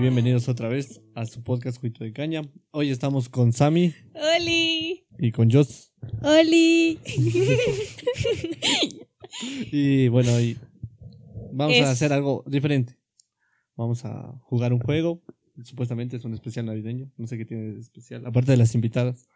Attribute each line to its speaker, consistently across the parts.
Speaker 1: bienvenidos otra vez a su podcast Cuito de Caña. Hoy estamos con Sammy
Speaker 2: ¡Oli!
Speaker 1: y con Joss.
Speaker 2: ¡Oli!
Speaker 1: Y bueno, y vamos
Speaker 2: Es-
Speaker 1: a hacer algo diferente. Vamos a jugar un juego. Supuestamente es un especial navideño. No sé qué tiene de especial. Aparte de las invitadas.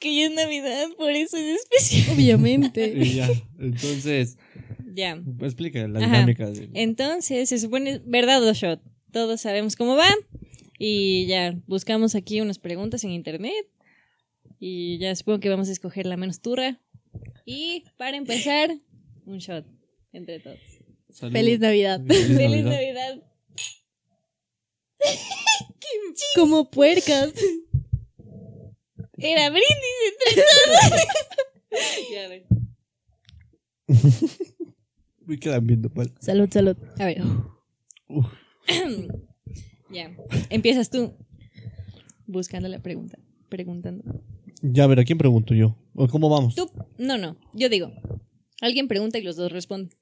Speaker 2: que ya es Navidad, por eso es especial.
Speaker 3: Obviamente.
Speaker 1: Y ya. Entonces,
Speaker 2: Ya.
Speaker 1: explica la
Speaker 2: Ajá. Eh,
Speaker 1: dinámica. de-
Speaker 2: Entonces, se supone, ¿verdad, Shot? Todos sabemos cómo va. Y ya, buscamos aquí unas preguntas en internet. Y ya supongo que vamos a escoger la menos turra. Y para empezar, un shot entre todos.
Speaker 1: Salud.
Speaker 3: Feliz Navidad.
Speaker 1: Feliz
Speaker 2: ¡Feliz
Speaker 1: Navidad.
Speaker 2: Navidad!
Speaker 3: Como puercas.
Speaker 2: Era brindis entre todos. ya, a ver.
Speaker 1: Me quedan viendo mal.
Speaker 3: Salud, salud.
Speaker 2: A ver.
Speaker 1: Uf.
Speaker 2: ya. Empiezas tú buscando la pregunta. Preguntando.
Speaker 1: Ya, a ver, ¿a quién pregunto yo? ¿O cómo vamos?
Speaker 2: Tú. No, no. Yo digo. Alguien pregunta y los dos responden.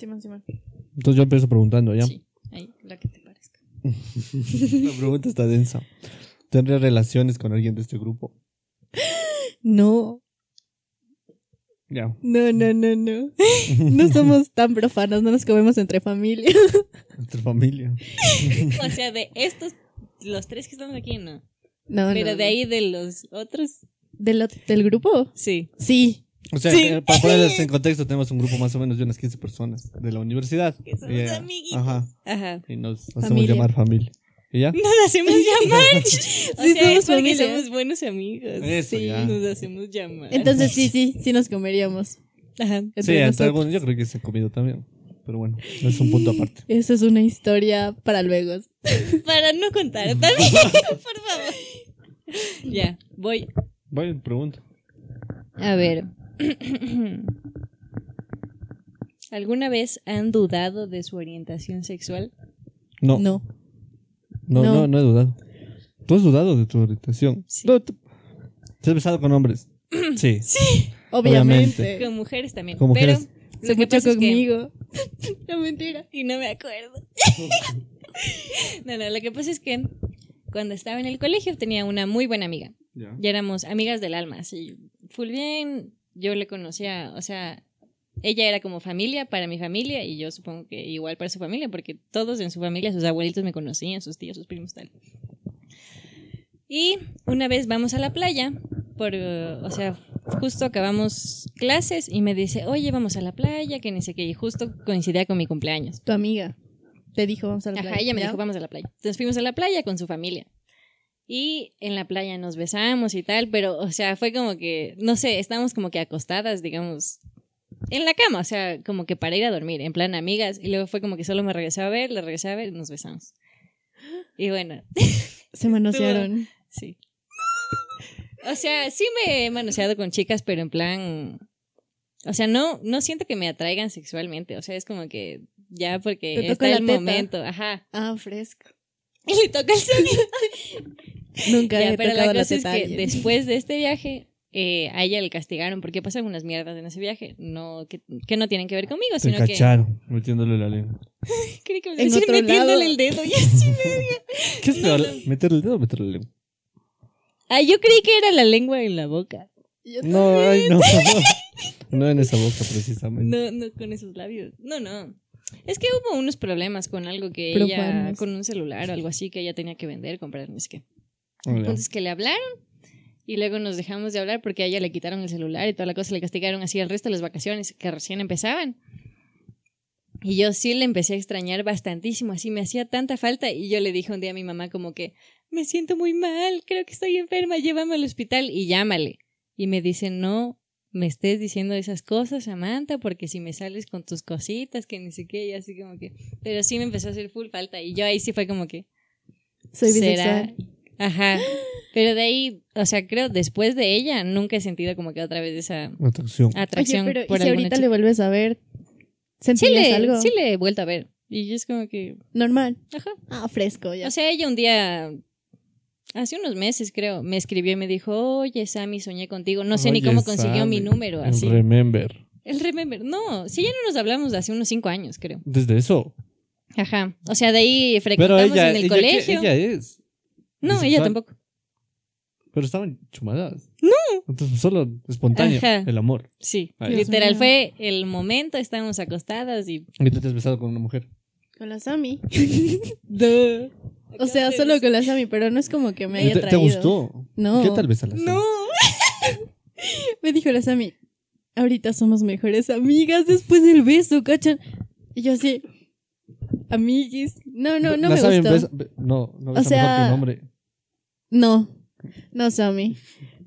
Speaker 1: Entonces yo empiezo preguntando, ¿ya?
Speaker 2: Sí. Ahí, la que te parezca.
Speaker 1: La pregunta está densa. ¿Tendré relaciones con alguien de este grupo?
Speaker 3: No,
Speaker 1: Ya.
Speaker 3: no, no, no, no. No somos tan profanos, no nos comemos entre familia.
Speaker 1: Nuestra familia.
Speaker 2: O sea, de estos, los tres que estamos aquí, no.
Speaker 3: No, Ah, no,
Speaker 2: Pero
Speaker 3: no.
Speaker 2: de ahí de los otros,
Speaker 3: ¿Del, ot- del grupo?
Speaker 2: sí.
Speaker 3: Sí.
Speaker 1: O sea,
Speaker 2: Sí.
Speaker 1: eh, para ponerles en contexto, tenemos un grupo más o menos de unas 15 personas de la universidad.
Speaker 2: Que somos
Speaker 1: Y, eh,
Speaker 2: amiguitos.
Speaker 1: Ajá.
Speaker 2: Ajá.
Speaker 1: Y nos hacemos
Speaker 3: Familia.
Speaker 1: llamar familia. ¿Y ya?
Speaker 2: Nos hacemos llamar. o sea, es
Speaker 3: somos
Speaker 2: porque
Speaker 3: familia.
Speaker 2: somos buenos amigos.
Speaker 1: Eso,
Speaker 2: sí,
Speaker 1: ya.
Speaker 2: nos hacemos llamar.
Speaker 3: Entonces sí, sí, sí nos comeríamos.
Speaker 2: Ajá.
Speaker 1: Ah, Sí,
Speaker 3: Entre
Speaker 1: hasta
Speaker 3: nosotros.
Speaker 1: algún- yo creo que se ha comido también. Pero bueno, es un punto aparte.
Speaker 3: Eso es una historia para luego.
Speaker 2: Para no contar también, por favor. Ya, voy.
Speaker 1: Vaya pregunta.
Speaker 2: A ver. ¿Alguna vez han dudado de su orientación sexual?
Speaker 1: No, no,
Speaker 3: No.
Speaker 1: no, no,
Speaker 3: no.
Speaker 1: he dudado. ¿Tú has dudado de tu orientación?
Speaker 2: Sí.
Speaker 1: No, tú- ¿Te has besado con hombres? Sí. Obviamente.
Speaker 3: Obviamente.
Speaker 2: Con mujeres también.
Speaker 1: Con mujeres.
Speaker 2: Pero lo
Speaker 3: Se
Speaker 2: que
Speaker 3: mucho
Speaker 2: pasa es que-
Speaker 3: conmigo. No mentira.
Speaker 2: y no me acuerdo. no, no, lo que pasa es que cuando estaba en el colegio tenía una muy buena amiga.
Speaker 1: Ya.
Speaker 2: Ya éramos amigas del alma, así. Full bien, yo le conocía, o sea, ella era como familia para mi familia y yo supongo que igual para su familia, porque todos en su familia, sus abuelitos me conocían, sus tíos, sus primos, tal. Y una vez vamos a la playa, por, eh, o sea, justo acabamos clases y me dice, oye, vamos a la playa, que ni sé qué, y justo coincidía con mi cumpleaños.
Speaker 3: Tu amiga te dijo vamos a la
Speaker 2: Ajá,
Speaker 3: playa,
Speaker 2: ella me
Speaker 3: ¿ya?
Speaker 2: dijo, vamos a la playa. Entonces fuimos a la playa con su familia. Y en la playa nos besamos y tal, pero, o sea, fue como que, no sé, estábamos como que acostadas, digamos, en la cama, o sea, como que para ir a dormir, en plan amigas. Y luego fue como que solo me regresé a ver, le regresé a ver y nos besamos. Y bueno,
Speaker 3: Se manosearon.
Speaker 2: sí. O sea, sí me he manoseado con chicas, pero en plan. O sea, no, no siento que me atraigan sexualmente. O sea, es como que ya porque
Speaker 3: Te
Speaker 2: está
Speaker 3: toca
Speaker 2: el
Speaker 3: la teta.
Speaker 2: momento. Ajá.
Speaker 3: Ah, fresco.
Speaker 2: Y le toca el sonido.
Speaker 3: Nunca
Speaker 2: Ya,
Speaker 3: he
Speaker 2: pero la
Speaker 3: tocado la
Speaker 2: cosa es
Speaker 3: teta a
Speaker 2: que
Speaker 3: alguien.
Speaker 2: después de este viaje, eh, a ella le castigaron porque pasaron unas mierdas en ese viaje, no que, que no tienen que ver conmigo,
Speaker 1: Te
Speaker 2: sino que
Speaker 1: cacharon metiéndole la lengua.
Speaker 2: creí que me
Speaker 3: En
Speaker 2: decía
Speaker 3: otro
Speaker 2: metiéndole
Speaker 3: lado.
Speaker 2: el dedo y así me-
Speaker 1: ¿Qué es peor? ¿Meterle el dedo o meterle la lengua?
Speaker 2: Ah, yo creí que era la lengua en la boca.
Speaker 3: Yo
Speaker 1: No, ay, no. No en esa boca precisamente.
Speaker 2: No, no con esos labios. No, no. Es que hubo unos problemas con algo que ella,
Speaker 3: Profanos.
Speaker 2: con un celular o algo así que ella tenía que vender, comprar, no pues, sé qué.
Speaker 1: Hola.
Speaker 2: Entonces que le hablaron y luego nos dejamos de hablar porque a ella le quitaron el celular y toda la cosa, le castigaron así el resto de las vacaciones que recién empezaban. Y yo sí le empecé a extrañar bastantísimo, así me hacía tanta falta y yo le dije un día a mi mamá como que me siento muy mal, creo que estoy enferma, llévame al hospital y llámale. Y me dice, no me estés diciendo esas cosas, Samantha, porque si me sales con tus cositas, que ni sé qué, y así como que... Pero sí me empezó a hacer full falta y yo ahí sí fue como que...
Speaker 3: soy
Speaker 2: ¿Será?
Speaker 3: bisexual.
Speaker 2: Ajá. Pero de ahí, o sea, creo después de ella nunca he sentido como que otra vez esa
Speaker 1: Atracción.
Speaker 2: atracción
Speaker 3: Oye, pero
Speaker 2: por
Speaker 3: ¿y si
Speaker 2: alguna
Speaker 3: ahorita le
Speaker 2: chica.
Speaker 3: vuelves a ver?
Speaker 2: sí
Speaker 3: ¿Sentías
Speaker 2: le,
Speaker 3: algo?
Speaker 2: sí le he vuelto a ver. Y yo es como que,
Speaker 3: Normal.
Speaker 2: ajá.
Speaker 3: Ah, fresco ya.
Speaker 2: O sea, ella un día hace unos meses, creo, me escribió y me dijo, "Oye, Sammy, soñé contigo." No sé ni
Speaker 1: Oye,
Speaker 2: cómo consiguió mi
Speaker 1: Sammy,
Speaker 2: número, así.
Speaker 1: Remember.
Speaker 2: El remember. No, si ya no nos hablamos de hace unos cinco años, creo.
Speaker 1: Desde eso.
Speaker 2: Ajá. O sea, de ahí
Speaker 1: Pero
Speaker 2: frecuentamos
Speaker 1: ella,
Speaker 2: en el
Speaker 1: ella, ¿qué-
Speaker 2: colegio.
Speaker 1: ella es.
Speaker 2: no, ella
Speaker 1: bisexual.
Speaker 2: tampoco.
Speaker 1: Pero estaban chumadas. No. Entonces, solo espontáneo
Speaker 2: Ajá.
Speaker 1: el amor.
Speaker 2: Sí.
Speaker 1: Ahí
Speaker 3: está.
Speaker 2: Literal, fue el momento, estábamos acostadas y.
Speaker 1: Y tú te has besado con una mujer.
Speaker 3: Con la Sami.
Speaker 2: Duh.
Speaker 3: O sea, solo con la Sami, pero no es como que me haya
Speaker 1: ¿Te,
Speaker 3: traído.
Speaker 1: te gustó?
Speaker 3: No.
Speaker 1: ¿Qué tal ves a la
Speaker 3: No. me dijo la Sami, ahorita somos mejores amigas después del beso, ¿cachan? Y yo así, amiguis. No, no, no
Speaker 1: La
Speaker 3: me
Speaker 1: saben,
Speaker 3: gustó.
Speaker 1: besa- be- no, no
Speaker 3: O
Speaker 1: besa
Speaker 3: sea-
Speaker 1: mejor que un hombre.
Speaker 3: No, no, Sami.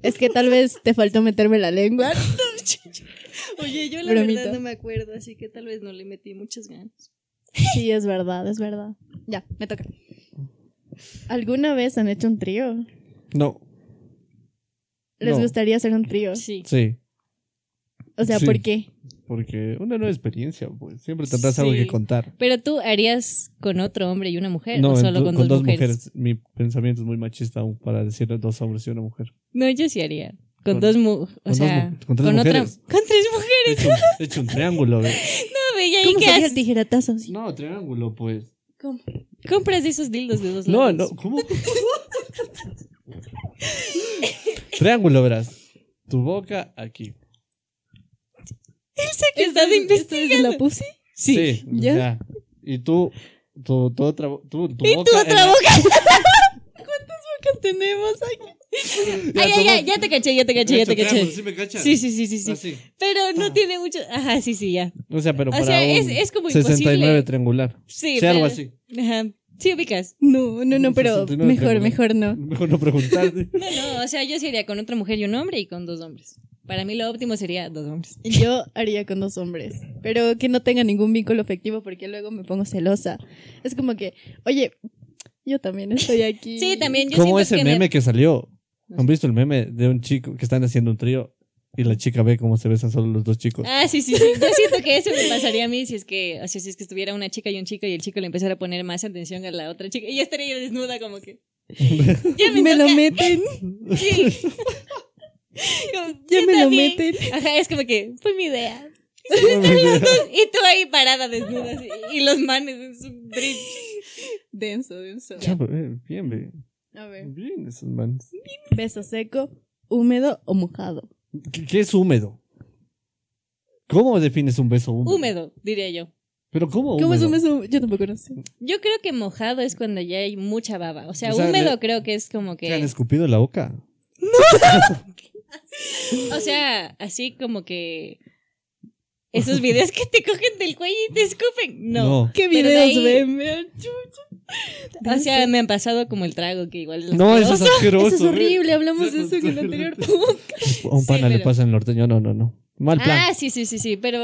Speaker 3: Es que tal vez te faltó meterme la lengua.
Speaker 2: Oye, yo
Speaker 3: la verdad no
Speaker 2: me acuerdo, así que tal vez no le metí muchas ganas.
Speaker 3: Sí, es verdad, es verdad. Ya, me toca. ¿Alguna vez han hecho un trío?
Speaker 1: No.
Speaker 3: ¿Les
Speaker 1: No.
Speaker 3: gustaría hacer un trío?
Speaker 2: Sí.
Speaker 1: Sí.
Speaker 3: O sea,
Speaker 1: Sí.
Speaker 3: ¿por qué?
Speaker 1: Porque una nueva experiencia, pues. Siempre tendrás algo
Speaker 2: Sí.
Speaker 1: que contar.
Speaker 2: Pero tú harías con otro hombre y una mujer,
Speaker 1: No,
Speaker 2: o solo
Speaker 1: en-
Speaker 2: con, dos, mujeres?
Speaker 1: Mi pensamiento es muy machista aún para decirle dos hombres y una mujer.
Speaker 2: No, yo sí haría. Con,
Speaker 1: Con-
Speaker 2: dos mu o
Speaker 1: con dos
Speaker 2: sea,
Speaker 1: mu- con tres
Speaker 2: otra
Speaker 1: mujeres.
Speaker 2: con tres mujeres.
Speaker 1: He hecho, he hecho un triángulo. ¿ve?
Speaker 2: No, ve, ¿y ahí
Speaker 3: ¿Cómo
Speaker 2: qué
Speaker 3: sería el
Speaker 2: haces?
Speaker 3: tijeratazo?
Speaker 1: No, triángulo, pues.
Speaker 3: ¿Cómo?
Speaker 2: Compras esos dildos de dos
Speaker 1: No,
Speaker 2: lados.
Speaker 1: no, ¿cómo? triángulo, verás. Tu boca aquí.
Speaker 2: Estás investigando.
Speaker 3: ¿Ustedes de la pussy?
Speaker 1: Sí,
Speaker 3: ¿Ya?
Speaker 1: ¿Ya? Y tú, tu, tu otra, bo- tu, tu
Speaker 2: Y
Speaker 1: boca.
Speaker 2: tu otra boca.
Speaker 3: ¿Qué tenemos aquí?
Speaker 2: Ay, ay, ay, ya te caché, ya te caché, ya te caché.
Speaker 1: ¿Sí me cachas?
Speaker 2: Sí, sí, sí, sí, sí.
Speaker 1: Así.
Speaker 2: Pero no
Speaker 1: Ah.
Speaker 2: tiene mucho. Ajá, sí, sí, ya.
Speaker 1: O sea, pero
Speaker 2: O
Speaker 1: para
Speaker 2: sea, es-
Speaker 1: un
Speaker 2: es como
Speaker 1: 69
Speaker 2: imposible.
Speaker 1: triangular.
Speaker 2: Sí,
Speaker 1: Sí, algo
Speaker 2: pero-
Speaker 1: así.
Speaker 2: Ajá. Sí, ubicas.
Speaker 3: No, no, no, pero
Speaker 1: 69
Speaker 3: mejor,
Speaker 1: triángulo.
Speaker 3: mejor no.
Speaker 1: Mejor no preguntarte.
Speaker 2: No, no, o sea, yo sí haría con otra mujer y un hombre y con dos hombres. Para mí lo óptimo sería dos hombres.
Speaker 3: Yo haría con dos hombres, pero que no tenga ningún vínculo afectivo porque luego me pongo celosa. Es como que, oye, yo también estoy aquí.
Speaker 2: Sí, también. Yo
Speaker 1: ¿Cómo
Speaker 2: siento
Speaker 1: ese
Speaker 2: que me-
Speaker 1: meme que salió?
Speaker 2: No
Speaker 1: ¿Han
Speaker 2: sé.
Speaker 1: visto el meme de un chico que están haciendo un trío y la chica ve cómo se besan solo los dos chicos?
Speaker 2: Ah, sí, sí, sí. Yo siento que eso me pasaría a mí si es que, o sea, si es que estuviera una chica y un chico y el chico le empezara a poner más atención a la otra chica y ya estaría yo desnuda como que. Ya me,
Speaker 3: me lo
Speaker 2: toca.
Speaker 3: meten,
Speaker 2: Sí. Como,
Speaker 3: ya
Speaker 2: yo
Speaker 3: me lo
Speaker 2: también.
Speaker 3: meten.
Speaker 2: Ajá, es como que fue mi idea. Y tú ahí parada desnuda así, y los manes en su bridge.
Speaker 3: Denso, denso.
Speaker 1: Ya, pues, eh, bien, ve.
Speaker 3: A ver,
Speaker 1: Bien, esos manes.
Speaker 3: beso seco, húmedo o mojado.
Speaker 1: ¿Qué, qué es húmedo? ¿Cómo defines un beso húmedo?
Speaker 2: Húmedo, diría yo.
Speaker 1: ¿Pero cómo húmedo?
Speaker 3: ¿Cómo es un beso? Yo tampoco lo sé.
Speaker 2: Yo creo que mojado es cuando ya hay mucha baba. O sea,
Speaker 1: O sea,
Speaker 2: húmedo
Speaker 1: le-
Speaker 2: creo que es como
Speaker 1: ¿Te han
Speaker 2: que.
Speaker 1: escupido en la boca?
Speaker 2: O sea, así como que. Esos videos que te cogen del cuello y te escupen. No.
Speaker 3: ¿Qué
Speaker 2: Pero de
Speaker 3: videos
Speaker 2: ahí-
Speaker 3: ven? Vean, chucha.
Speaker 2: O sea, me han pasado como el trago que igual. es
Speaker 1: No, eso es
Speaker 2: asqueroso.
Speaker 1: asqueroso.
Speaker 3: Eso es
Speaker 1: ve.
Speaker 3: horrible, hablamos de
Speaker 1: Ya
Speaker 3: eso en el
Speaker 1: contaron.
Speaker 3: anterior
Speaker 1: A un
Speaker 2: Sí,
Speaker 1: pana le
Speaker 2: pero-
Speaker 1: pasa en el norteño. No, no, no. Mal plan.
Speaker 2: Ah, sí, sí, sí, sí. Pero,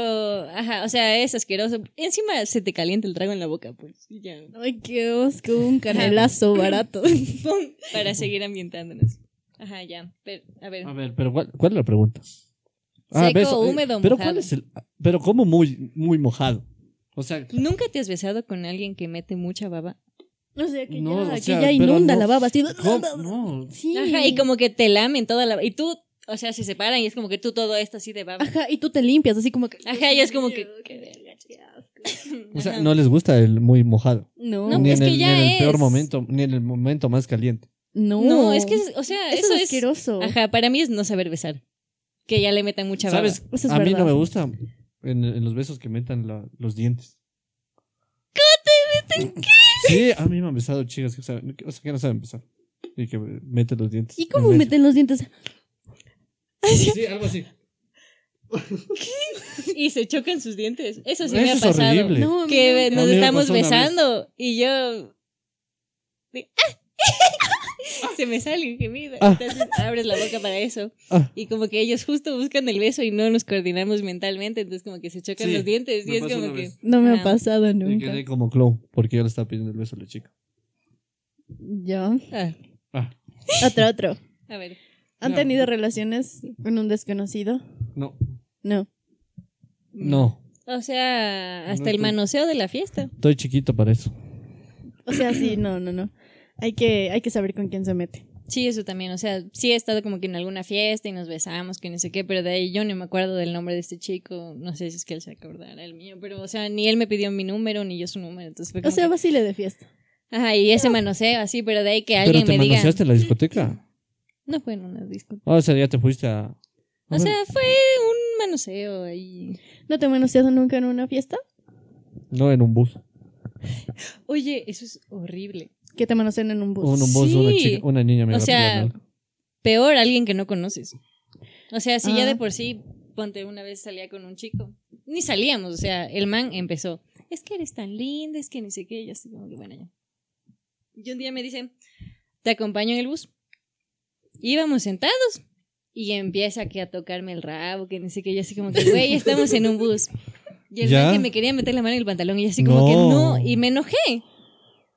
Speaker 2: ajá, o sea, es asqueroso. Encima se te calienta el trago en la boca, pues. y ya.
Speaker 3: Ay, qué osco, un canelazo barato.
Speaker 2: Pum, Para seguir ambientándonos. Ajá, ya. Pero, a ver.
Speaker 1: A ver, pero ¿cuál, cuál es la pregunta?
Speaker 2: Ah, Seco,
Speaker 1: eh,
Speaker 2: húmedo,
Speaker 1: pero
Speaker 2: mojado.
Speaker 1: ¿cuál es el, pero cómo muy, muy mojado. O sea,
Speaker 2: ¿Nunca te has besado con alguien que mete mucha baba?
Speaker 3: O sea, que
Speaker 1: No,
Speaker 3: ya,
Speaker 1: o
Speaker 3: que
Speaker 1: sea,
Speaker 3: ya
Speaker 1: pero
Speaker 3: inunda
Speaker 1: no-
Speaker 3: la baba. Así,
Speaker 1: ¿cómo? No.
Speaker 3: Sí.
Speaker 2: Ajá, y como que te lamen toda la... Y tú, o sea, se separan y es como que tú todo esto así de baba.
Speaker 3: Ajá, y tú te limpias, así como que.
Speaker 2: Ajá, y es como que-
Speaker 3: Qué verga, qué asco.
Speaker 1: O sea,
Speaker 2: Ajá.
Speaker 1: no les gusta el muy mojado.
Speaker 3: No,
Speaker 2: No,
Speaker 1: ni
Speaker 2: es
Speaker 1: en
Speaker 2: que
Speaker 1: el,
Speaker 2: ya
Speaker 1: ni en el peor
Speaker 2: es-
Speaker 1: momento, ni en el momento más caliente.
Speaker 3: no.
Speaker 2: No, es que, es- o sea,
Speaker 3: eso,
Speaker 2: eso,
Speaker 3: es
Speaker 2: es...
Speaker 3: asqueroso.
Speaker 2: Ajá, para mí es no saber besar. Que ya le metan mucha baba.
Speaker 1: ¿Sabes?
Speaker 3: Eso es
Speaker 1: a mí
Speaker 3: verdad.
Speaker 1: no me gusta en, en los besos que metan la- los dientes. ¿Cómo te meten qué? Sí, a mí me han besado chicas que, saben, o sea, que no saben besar. Y que meten los dientes.
Speaker 3: ¿Y
Speaker 1: en
Speaker 3: cómo
Speaker 1: medio.
Speaker 3: meten los dientes?
Speaker 1: Sí, algo así.
Speaker 2: Y se chocan sus dientes. Eso sí
Speaker 1: Eso
Speaker 2: me ha
Speaker 1: es
Speaker 2: pasado.
Speaker 1: horrible.
Speaker 3: No, a mí
Speaker 2: Que
Speaker 1: no.
Speaker 2: nos
Speaker 1: A mí me
Speaker 2: estamos
Speaker 1: pasó una vez.
Speaker 2: besando y yo... de- ¡Ah! Se me sale un gemido.
Speaker 1: Ah.
Speaker 2: Entonces abres la boca para eso.
Speaker 1: Ah.
Speaker 2: Y como que ellos justo buscan el beso y no nos coordinamos mentalmente. Entonces como que se chocan
Speaker 1: Sí,
Speaker 2: los dientes. Y
Speaker 1: me
Speaker 2: es
Speaker 1: pasó
Speaker 2: como
Speaker 1: una
Speaker 2: que...
Speaker 1: vez.
Speaker 3: No me
Speaker 2: Ah.
Speaker 3: ha pasado
Speaker 1: Y
Speaker 3: nunca.
Speaker 1: quedé como clown porque yo le estaba pidiendo el beso a la chica.
Speaker 3: Yo.
Speaker 2: Ah,
Speaker 1: Ah,
Speaker 3: Otro, otro.
Speaker 2: a ver.
Speaker 3: ¿Han
Speaker 1: Ya.
Speaker 3: tenido relaciones con un desconocido?
Speaker 1: no.
Speaker 3: No.
Speaker 1: No.
Speaker 2: O sea, hasta
Speaker 1: No
Speaker 2: el
Speaker 1: estoy-
Speaker 2: manoseo de la fiesta.
Speaker 1: Estoy chiquito para eso.
Speaker 3: O sea, sí, no, no, no. Hay que, hay que saber con quién se mete.
Speaker 2: Sí, eso también. O sea, sí he estado como que en alguna fiesta y nos besamos, que no sé qué, pero de ahí yo no me acuerdo del nombre de este chico. No sé si es que él se acordará el mío, pero o sea, ni él me pidió mi número, ni yo su número. Entonces fue
Speaker 3: O
Speaker 2: como
Speaker 3: sea,
Speaker 2: que-
Speaker 3: vacile de fiesta.
Speaker 2: Ajá, y ese manoseo así, pero de ahí que
Speaker 1: Pero
Speaker 2: alguien
Speaker 1: te
Speaker 2: me diga.
Speaker 1: manoseaste en la discoteca.
Speaker 2: No fue en una disco.
Speaker 4: Ah,
Speaker 1: O sea, ya te fuiste a.
Speaker 2: O sea, fue un manoseo ahí.
Speaker 3: ¿No te manoseas nunca en una fiesta?
Speaker 1: no en un bus.
Speaker 2: Oye, eso es horrible.
Speaker 3: Que te manoseen en un bus.
Speaker 1: En un bus,
Speaker 2: pues Sí.
Speaker 1: una, chica- una niña me
Speaker 2: O
Speaker 1: agarró
Speaker 2: sea,
Speaker 1: la mano.
Speaker 2: peor alguien que no conoces. O sea, si ya
Speaker 3: Ah.
Speaker 2: de por sí, ponte una vez salía con un chico. Ni salíamos, o sea, el man empezó. Es que eres tan linda, es que ni sé qué, y así como que bueno ya. Y un día me dice, te acompaño en el bus. Íbamos sentados. Y empieza que a tocarme el rabo, que ni sé qué, y así como que, güey, estamos en un bus. Y el
Speaker 4: ¿Ya?
Speaker 2: man que me quería meter la mano en el pantalón, y así como que
Speaker 4: No.
Speaker 2: no, y me enojé.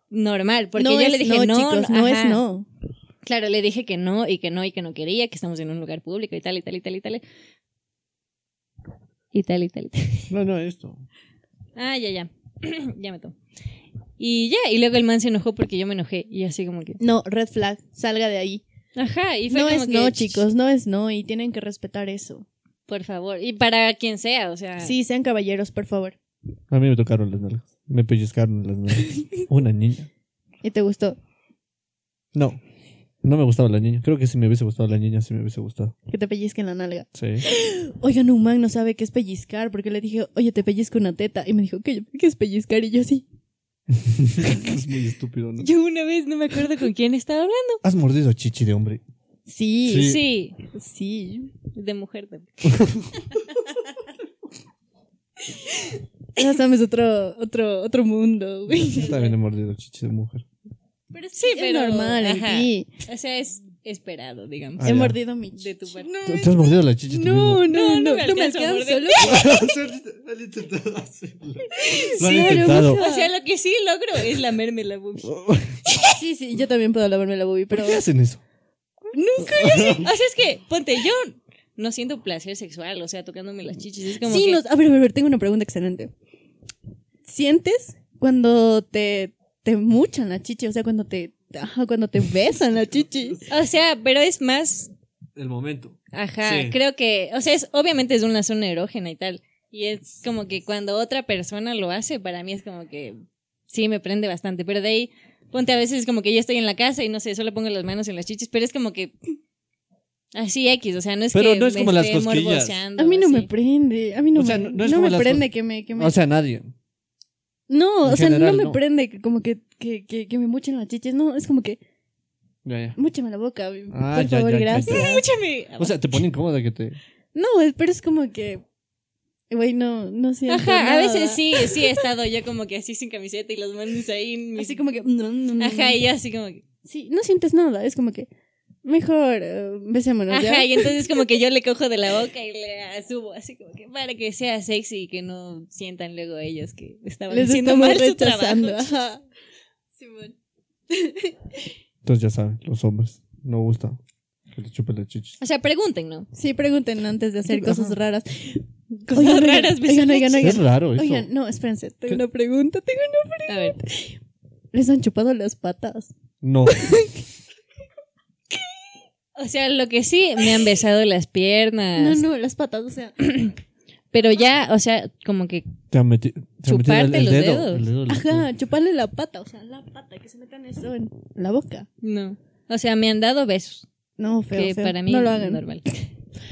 Speaker 2: Normal, porque
Speaker 3: no
Speaker 2: yo
Speaker 3: es
Speaker 2: le dije no,
Speaker 3: chicos, no es
Speaker 2: ajá".
Speaker 3: no.
Speaker 2: Claro, le dije que no y que no y que no quería, que estamos en un lugar público y tal y tal y tal y tal. Y tal y tal y tal.
Speaker 4: No, no, esto.
Speaker 2: Ah, ya, ya. ya me tomo. Y ya, y luego el man se enojó porque yo me enojé y así como que...
Speaker 3: No, red flag, salga de ahí.
Speaker 2: Ajá, y fue
Speaker 3: No
Speaker 2: como
Speaker 3: es
Speaker 2: que,
Speaker 3: no,
Speaker 2: "Ch-
Speaker 3: chicos, no es no y tienen que respetar eso.
Speaker 2: Por favor, y para quien sea, o sea...
Speaker 3: Sí, sean caballeros, por favor.
Speaker 4: A mí me tocaron las nalgas. Me pellizcaron las nalgas. Una niña.
Speaker 3: ¿Y te gustó
Speaker 4: No. No me gustaba la niña. Creo que si me hubiese gustado la niña, sí me hubiese gustado.
Speaker 3: que te pellizquen la nalga?
Speaker 4: Sí.
Speaker 3: Oigan, un man no sabe qué es pellizcar porque le dije, oye, te pellizco una teta. Y me dijo, ¿qué, qué es pellizcar? Y yo sí.
Speaker 4: es muy estúpido, ¿no?
Speaker 2: Yo una vez no me acuerdo con quién estaba hablando.
Speaker 4: Has mordido chichi de hombre.
Speaker 3: Sí,
Speaker 4: Sí.
Speaker 2: Sí,
Speaker 3: sí.
Speaker 2: de mujer también.
Speaker 3: Ya sabes, otro, otro, otro mundo, güey.
Speaker 4: Yo también he mordido chichi de mujer.
Speaker 2: Pero sí,
Speaker 3: Es normal en
Speaker 2: ajá.
Speaker 3: ti.
Speaker 2: O sea, es esperado, digamos.
Speaker 4: Ah,
Speaker 3: He
Speaker 4: ya.
Speaker 3: mordido mi
Speaker 2: De tu parte.
Speaker 4: ¿Te, te has mordido la chichi tú mismo?
Speaker 3: No, no, no, no,
Speaker 2: me
Speaker 3: me
Speaker 2: alcanzo a
Speaker 3: alcanzo.
Speaker 2: morder.
Speaker 3: loco.
Speaker 4: han intentado hacerlo. Lo han
Speaker 3: Sí,
Speaker 4: intentado.
Speaker 2: O sea, lo que sí logro es lamerme la boobie.
Speaker 3: Sí, sí, yo también puedo lavarme la boobie,
Speaker 4: ¿Por
Speaker 3: pero
Speaker 4: qué hacen eso?
Speaker 2: Nunca yo sé. O sea, es que, ponte, yo no siento placer sexual, o sea, tocándome las chichis. Es como
Speaker 3: Sí,
Speaker 2: que,
Speaker 3: nos- a ver, a ver, a ver, tengo una pregunta excelente. ¿Sientes cuando te, te muchan la chichi? O sea, cuando te, ajá, cuando te besan la chichi.
Speaker 2: O sea, pero es más.
Speaker 4: El momento.
Speaker 2: Ajá,
Speaker 4: Sí.
Speaker 2: creo que. O sea, es, obviamente es una zona erógena y tal. Y es como que cuando otra persona lo hace, para mí es como que. Sí, me prende bastante. Pero de ahí, ponte a veces como que ya estoy en la casa y no sé, solo pongo las manos en las chichis, pero es como que. Así X, o sea, no es
Speaker 4: Pero
Speaker 2: que
Speaker 4: no es
Speaker 2: me
Speaker 4: como las
Speaker 2: esté
Speaker 4: cosquillas.
Speaker 2: morboseando,
Speaker 3: A mí no
Speaker 2: así.
Speaker 3: me prende, a mí no
Speaker 4: O sea,
Speaker 3: me,
Speaker 4: no- no es
Speaker 3: no
Speaker 4: como
Speaker 3: me
Speaker 4: las Ah,
Speaker 3: prende que me, que me-
Speaker 1: O sea, nadie.
Speaker 3: no,
Speaker 1: en
Speaker 3: o sea,
Speaker 1: general,
Speaker 3: no me
Speaker 1: no.
Speaker 3: prende que como que, que, que, que me muchen las chichis, no, es como que
Speaker 1: Ya, ya.
Speaker 3: múchame la boca,
Speaker 1: Ah,
Speaker 3: por
Speaker 1: ya,
Speaker 3: favor,
Speaker 1: ya, ya,
Speaker 3: gracias.
Speaker 2: Escúchame.
Speaker 1: O sea, te pone incómoda que te.
Speaker 3: No, es- pero es como que, güey, no, no siento
Speaker 2: Ajá, a
Speaker 3: nada.
Speaker 2: veces sí, sí he estado yo como que así sin camiseta y las manos ahí.
Speaker 3: Así como que, no, no, no,
Speaker 2: Ajá,
Speaker 3: no.
Speaker 2: y yo así como que.
Speaker 3: Sí, no sientes nada, es como que mejor eh, besémonos ya.
Speaker 2: Ajá, y entonces como que yo le cojo de la boca y le subo así como que para que sea sexy y que no sientan luego ellos que estaban
Speaker 3: Les
Speaker 2: haciendo
Speaker 3: estamos
Speaker 2: mal su
Speaker 3: rechazando.
Speaker 2: trabajo.
Speaker 3: ajá.
Speaker 4: Entonces ya saben, los hombres no gusta que te chupen las chichis.
Speaker 2: O sea, pregunten, ¿no?
Speaker 3: Sí, pregunten antes de hacer
Speaker 4: Ajá.
Speaker 3: cosas raras.
Speaker 2: Cosas
Speaker 3: Oigan, oigan,
Speaker 2: raras,
Speaker 3: oigan, oigan,
Speaker 2: besos.
Speaker 3: oigan.
Speaker 4: Es raro eso.
Speaker 3: Oigan, no, espérense, tengo
Speaker 4: ¿Qué?
Speaker 3: una pregunta, tengo una...
Speaker 2: A ver.
Speaker 3: ¿Les han chupado las patas?
Speaker 4: No.
Speaker 2: O sea, lo que sí, me han besado las
Speaker 3: No,
Speaker 2: piernas.
Speaker 3: no, las patas, o sea...
Speaker 2: Pero ya, o sea, como que
Speaker 4: Te han metido, te han metido el,
Speaker 2: Chuparte
Speaker 4: el
Speaker 2: los
Speaker 4: dedo.
Speaker 2: dedos.
Speaker 4: el dedo en la-
Speaker 3: Ajá, chuparle la pata, o sea, la pata, que se metan eso en la boca.
Speaker 2: no. O sea, me han dado besos.
Speaker 3: No, feo,
Speaker 2: que
Speaker 3: feo.
Speaker 2: para mí
Speaker 3: no lo
Speaker 2: es
Speaker 3: hagan.
Speaker 2: normal.